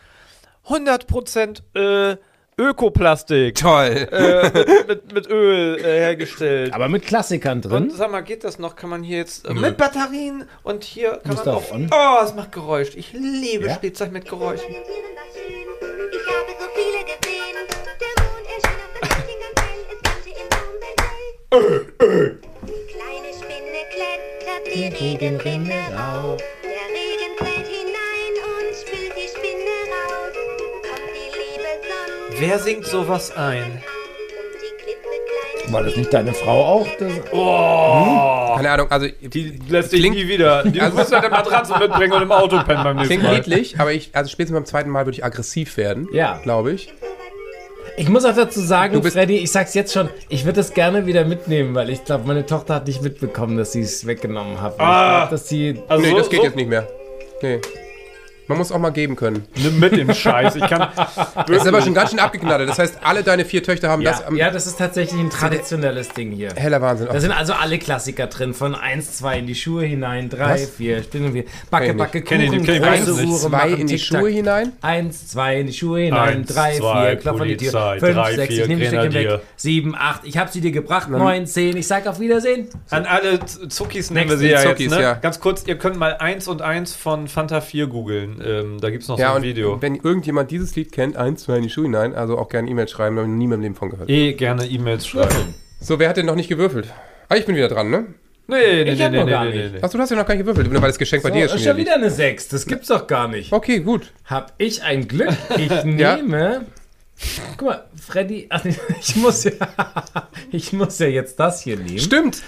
100% äh, Ökoplastik.
Toll.
äh, mit, mit, mit Öl äh, hergestellt.
Aber hm? mit Klassikern
Und
drin.
sag mal, geht das noch? Kann man hier jetzt äh, mit Batterien und hier kann man
Muss da
auch.
auch an.
Oh, es macht Geräusch. Ich liebe
Ja?
Spielzeug mit Geräuschen.
Ich habe so viele gesehen. Der Mond erschien auf das Mädchen ganz hell. Es kannte im Baum den Tell. Die kleine Spinne klettert die Regenrinne auf. Der Regen fällt hinein und spült die Spinne raus. Kommt die liebe Sonne
Wer singt sowas ein?
und die klippe kleine
War das nicht deine Frau auch? Das,
Oh. Hm?
Keine Ahnung, also
Die lässt sich
klingt,
nie wieder. Die
Also-
musst du halt eine Matratze mitbringen und im Auto pennen beim nächsten
klingt
Mal.
niedlich, aber ich, also spätestens beim zweiten Mal würde ich aggressiv werden.
Ja.
Glaube ich.
ich muss auch dazu sagen,
Du bist-
Freddy, ich sag's jetzt schon, ich würde das gerne wieder mitnehmen, weil ich glaube, meine Tochter hat nicht mitbekommen, dass sie es weggenommen hat. Und Ich
Ah.
glaub, dass sie.
Also
nee,
so,
das geht
so,
jetzt nicht mehr. Nee. Man muss auch mal geben können.
Nimm mit dem Scheiß. Ich kann.
Das ist aber schon ganz schön abgeknattert. Das heißt, alle deine vier Töchter haben das
Ja,
am
ja, das ist tatsächlich ein traditionelles Ding hier.
heller Wahnsinn.
Da sind also alle Klassiker drin, von 1, 2 in die Schuhe hinein, 3, 4, spinnen wir. Backe,
ich nicht.
Backe,
Kenn ich
Kuchen,
nicht, kenn ich
große
beides nicht.
Uhren,
Zwei in die Schuhe hinein.
1, 2 in die Schuhe hinein,
Eins,
3,
zwei,
4, klopf an die Tür,
Polizei,
5,
drei,
6,
vier,
ich nehme ein Stückchen weg,
Grenadier.
7, 8, ich habe sie dir gebracht, 9, 10, ich sag auf Wiedersehen.
An alle Z- Zuckis nennen
Next
wir sie
in
ja
Zuckis,
jetzt. Ne?
ja.
Ganz kurz, ihr könnt mal 1 und 1 von Fanta 4 googeln. Ähm, da gibt es noch
Ja,
so ein
und
Video.
wenn irgendjemand dieses Lied kennt, eins, zwei in die Schuhe hinein, also auch gerne E-Mail schreiben, da habe ich noch nie in meinem Leben von gehört.
Eh gerne E-Mails schreiben.
So, wer hat denn noch nicht gewürfelt? Ah, ich bin wieder dran, ne?
Nee, nee,
Ich
nee,
hab
nee,
noch gar
nee, nee,
nicht.
nee.
Achso, du hast ja noch gar nicht gewürfelt, weil das Geschenk bei dir
Oh,
ist schon
ist
wieder. liegt.
schon wieder eine 6, das gibt's doch gar nicht.
Okay, gut.
Hab ich ein Glück, ich
Ja.
nehme... Guck mal, Freddy, ach, nee, ich muss ja, ich muss ja jetzt das hier nehmen.
Stimmt.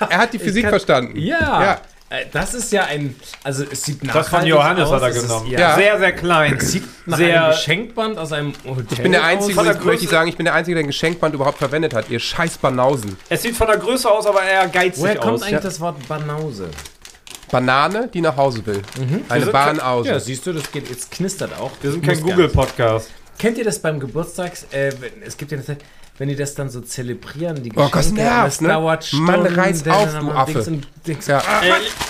Er hat die Physik
kann-
verstanden.
Ja.
Ja.
Äh, Das ist ja ein, also es sieht
Das
nachhaltig
von Johannes
aus.
hat er
es
genommen.
Ist, ja,
Sehr, sehr klein. Sieht
nach einem
sehr.
Geschenkband aus einem Hotel.
Ich bin der Einzige,
Von der
übrigens möchte ich
Größe-
sagen, ich bin der Einzige, der ein Geschenkband überhaupt verwendet hat. Ihr scheiß Banausen.
Es sieht von der Größe aus, aber eher geizig
Woher kommt
aus.
eigentlich das Wort Banause?
Banane, die nach Hause will. Eine
sind-
Bahnause.
Mhm. Ja, siehst du, das geht, jetzt knistert auch.
wir sind kein
Muss gar nicht.
Google-Podcast.
Kennt ihr das beim Geburtstags? Äh, wenn- es gibt ja eine Zeit, wenn die das dann so zelebrieren, die
Oh, das nervt,
und das
ne?
dauert Stunden.
Mann, reiß
dann
auf,
haben
du
wir Dings
Affe.
und Dings.
Ja.
Ah,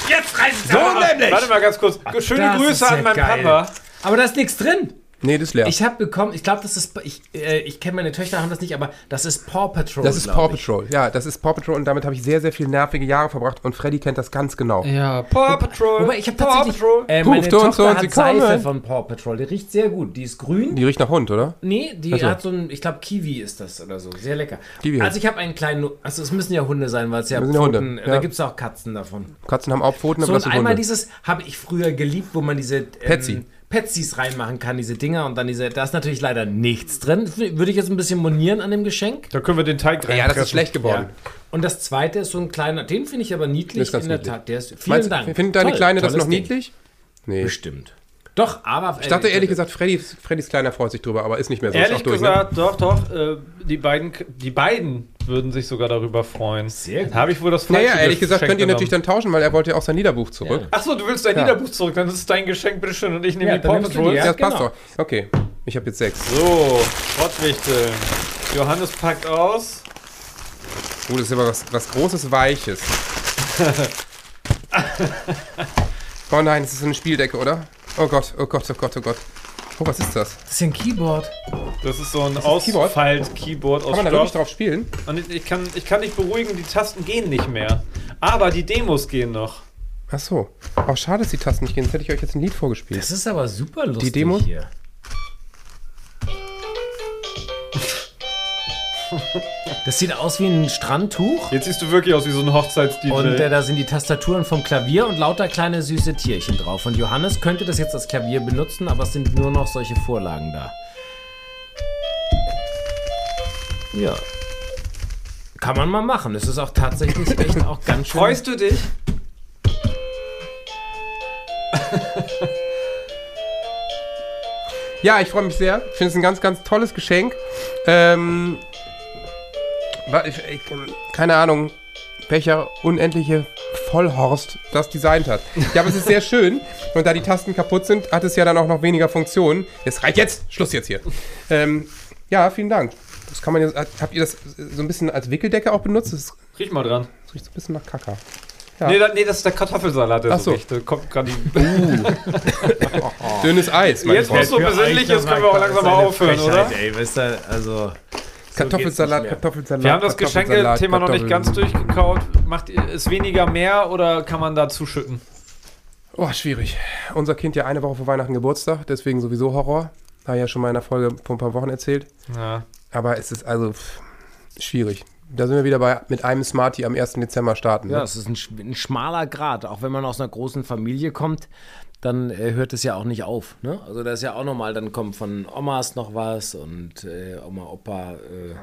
Jetzt reißt
So
nämlich.
Warte mal ganz kurz. Schöne
das ist
Grüße
ja
an meinen
geil.
Papa.
Aber da ist nichts drin.
Nee, das ist leer.
Ich habe bekommen, ich glaube, das ist, ich, äh, ich kenne meine Töchter, haben das nicht, aber das ist Paw Patrol.
das ist
glaub
Paw
ich.
Patrol. Ja, das ist Paw Patrol und damit habe ich sehr, sehr viele nervige Jahre verbracht und Freddy kennt das ganz genau.
Ja, Paw Patrol.
Wobei, ich habe
Paw
tatsächlich.
Patrol.
Äh, meine
Ruft
Tochter
uns und
hat
sie kommen.
Seife von Paw Patrol. Die riecht sehr gut. Die ist grün.
Die riecht nach Hund, oder?
Nee, die
Ach so.
hat so ein, ich glaube, Kiwi ist das oder so. Sehr lecker.
Kiwi.
Also, ich habe einen kleinen. Also, es müssen ja Hunde sein, weil es ja
Müssen ja Hunde,
Pfoten-
ja.
Da gibt es auch Katzen davon.
Katzen haben auch Pfoten, aber
So,
das
und
sind
einmal
Hunde.
dieses habe ich früher geliebt, wo man diese. Ähm,
Petsy.
Petsis reinmachen kann, diese Dinger und dann diese. Da ist natürlich leider nichts drin. Würde ich jetzt ein bisschen monieren an dem Geschenk.
Da können wir den Teig rein.
ja, das ist schlecht geworden.
Und das zweite ist so ein kleiner, den finde ich aber niedlich.
Das ist ganz
in der
niedlich.
Tat, der ist. Vielen
Meinst
Dank.
du, Finden deine
Toll,
Kleine das
tolles
noch
Ding.
niedlich? Nee. Ich
Bestimmt. Doch, aber. äh, Ich
dachte ehrlich gesagt, Freddy, Freddys Kleiner freut sich drüber, aber ist nicht mehr so. ist
Ehrlich
auch durch, ne?
gesagt, doch, doch. Äh, die, beiden, die beiden würden sich sogar darüber freuen. Sehr
gut.
Habe ich wohl das
ne?
falsche
Naja, ehrlich gesagt
Geschenk
könnt ihr natürlich
genommen.
dann tauschen, weil er wollte ja auch sein Liederbuch zurück.
Achso, du willst dein Liederbuch zurück, dann ist es dein Geschenk, bitteschön, und ich nehme
Ja,
die
dann
Paw
nimmst du
Patrol.
die,
Ja,
ja.
das passt
genau.
doch. Okay, ich habe jetzt sechs.
So, Schrottwichteln. Johannes packt aus.
Oh, das ist aber was, was Großes, Weiches. oh nein, das ist so eine Spieldecke, oder? Oh Gott, oh Gott, oh Gott, oh Gott. Oh, was ist das?
Das ist ein Keyboard.
Das ist so ein
ein Keyboard?
Ausfalt-Keyboard aus
Kann man da wirklich
Stoff.
drauf spielen?
Und ich- ich kann, ich kann dich beruhigen, die Tasten gehen nicht mehr. Aber die Demos gehen noch.
Ach so. Oh, schade, dass die Tasten nicht gehen. Sonst hätte ich euch jetzt ein Lied vorgespielt.
Das ist aber super lustig
Demo?
hier. Das sieht aus wie ein Strandtuch.
Jetzt siehst du wirklich aus wie so ein Hochzeits-DJ.
Und äh, da sind die Tastaturen vom Klavier und lauter kleine süße Tierchen drauf. Und Johannes könnte das jetzt als Klavier benutzen, aber es sind nur noch solche Vorlagen da. Ja. Kann man mal machen. Es ist auch tatsächlich echt auch ganz schön.
Freust du dich?
Ja, ich freue mich sehr. Ich finde es ein ganz, ganz tolles Geschenk. Ähm. wa- Ich, ich, keine Ahnung, welcher unendliche Vollhorst das designt hat. Ja, aber es ist sehr schön. Und da die Tasten kaputt sind, hat es ja dann auch noch weniger Funktionen. Jetzt reicht jetzt. Schluss jetzt hier. Ähm, ja, vielen Dank. Das kann man jetzt, habt ihr das so ein bisschen als Wickeldecke auch benutzt? Das
Riech mal dran.
riecht so ein bisschen nach Kaka.
Nee, da, nee, das ist der Kartoffelsalat, der
Ach so.
so riecht. Da kommt gerade die
Oh.
Dünnes Eis, meine
Jetzt
Freunde.
muss- so besinnlich, jetzt können wir auch langsam mal aufhören, oder?
Ey, weißt du, also.
Kartoffelsalat,
geht's nicht mehr.
Kartoffelsalat.
Wir haben das
Kartoffelsalat,
Geschenkethema noch nicht ganz
Kartoffeln.
durchgekaut. Macht ihr- ist weniger mehr oder kann man da zuschütten?
Oh, schwierig. Unser Kind ja eine Woche vor Weihnachten Geburtstag, deswegen sowieso Horror. Habe ich ja schon mal in einer Folge vor ein paar Wochen erzählt.
Ja.
Aber es ist also pff, schwierig. Da sind wir wieder bei mit einem Smartie am 1. Dezember starten.
Ja,
Ne?
es ist ein, sch- ein schmaler Grad. Auch wenn man aus einer großen Familie kommt, dann äh, hört es ja auch nicht auf. Ne? Also da ist ja auch nochmal, dann kommt von Omas noch was und äh, Oma, Opa, äh,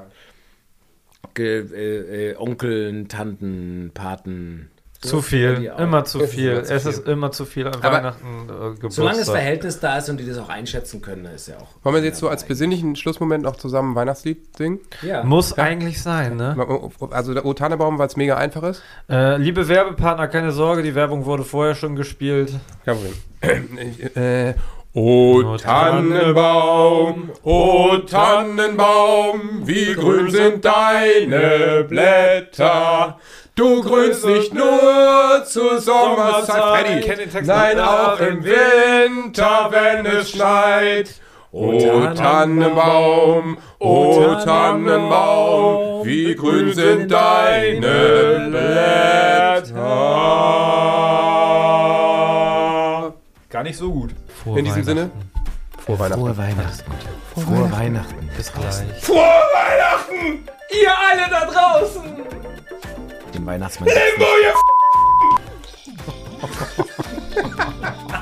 Ge, äh, äh, Onkeln, Tanten, Paten.
Zu viel,
Ja, die
immer
auch.
zu viel.
immer zu
Es ist immer zu viel an
Aber
Weihnachten, äh, Geburtstag.
Solange das Verhältnis da ist und die das auch einschätzen können, ist ja auch.
Wollen wir jetzt so als besinnlichen Schlussmoment noch zusammen ein Weihnachtslied singen?
Ja.
Muss eigentlich sein, ne?
Also der Otanerbaum, weil es mega einfach ist?
Äh, liebe Werbepartner, keine Sorge, die Werbung wurde vorher schon gespielt.
Kein Problem. Äh, O Tannenbaum, o Tannenbaum, wie grün sind deine Blätter. Du grünst nicht nur zur
Sommerzeit.
Sommerzeit,
Ich kenn den
Freddy,
Text
nein,
nicht.
auch im Winter, wenn es schneit. O Tannenbaum, o Tannenbaum, wie grün sind deine Blätter.
Gar nicht so gut.
In diesem Sinne, frohe Weihnachten.
Frohe Weihnachten. Frohe Weihnachten. Bis gleich.
Ihr alle da draußen!
Dem Weihnachtsmann. gibt's nicht.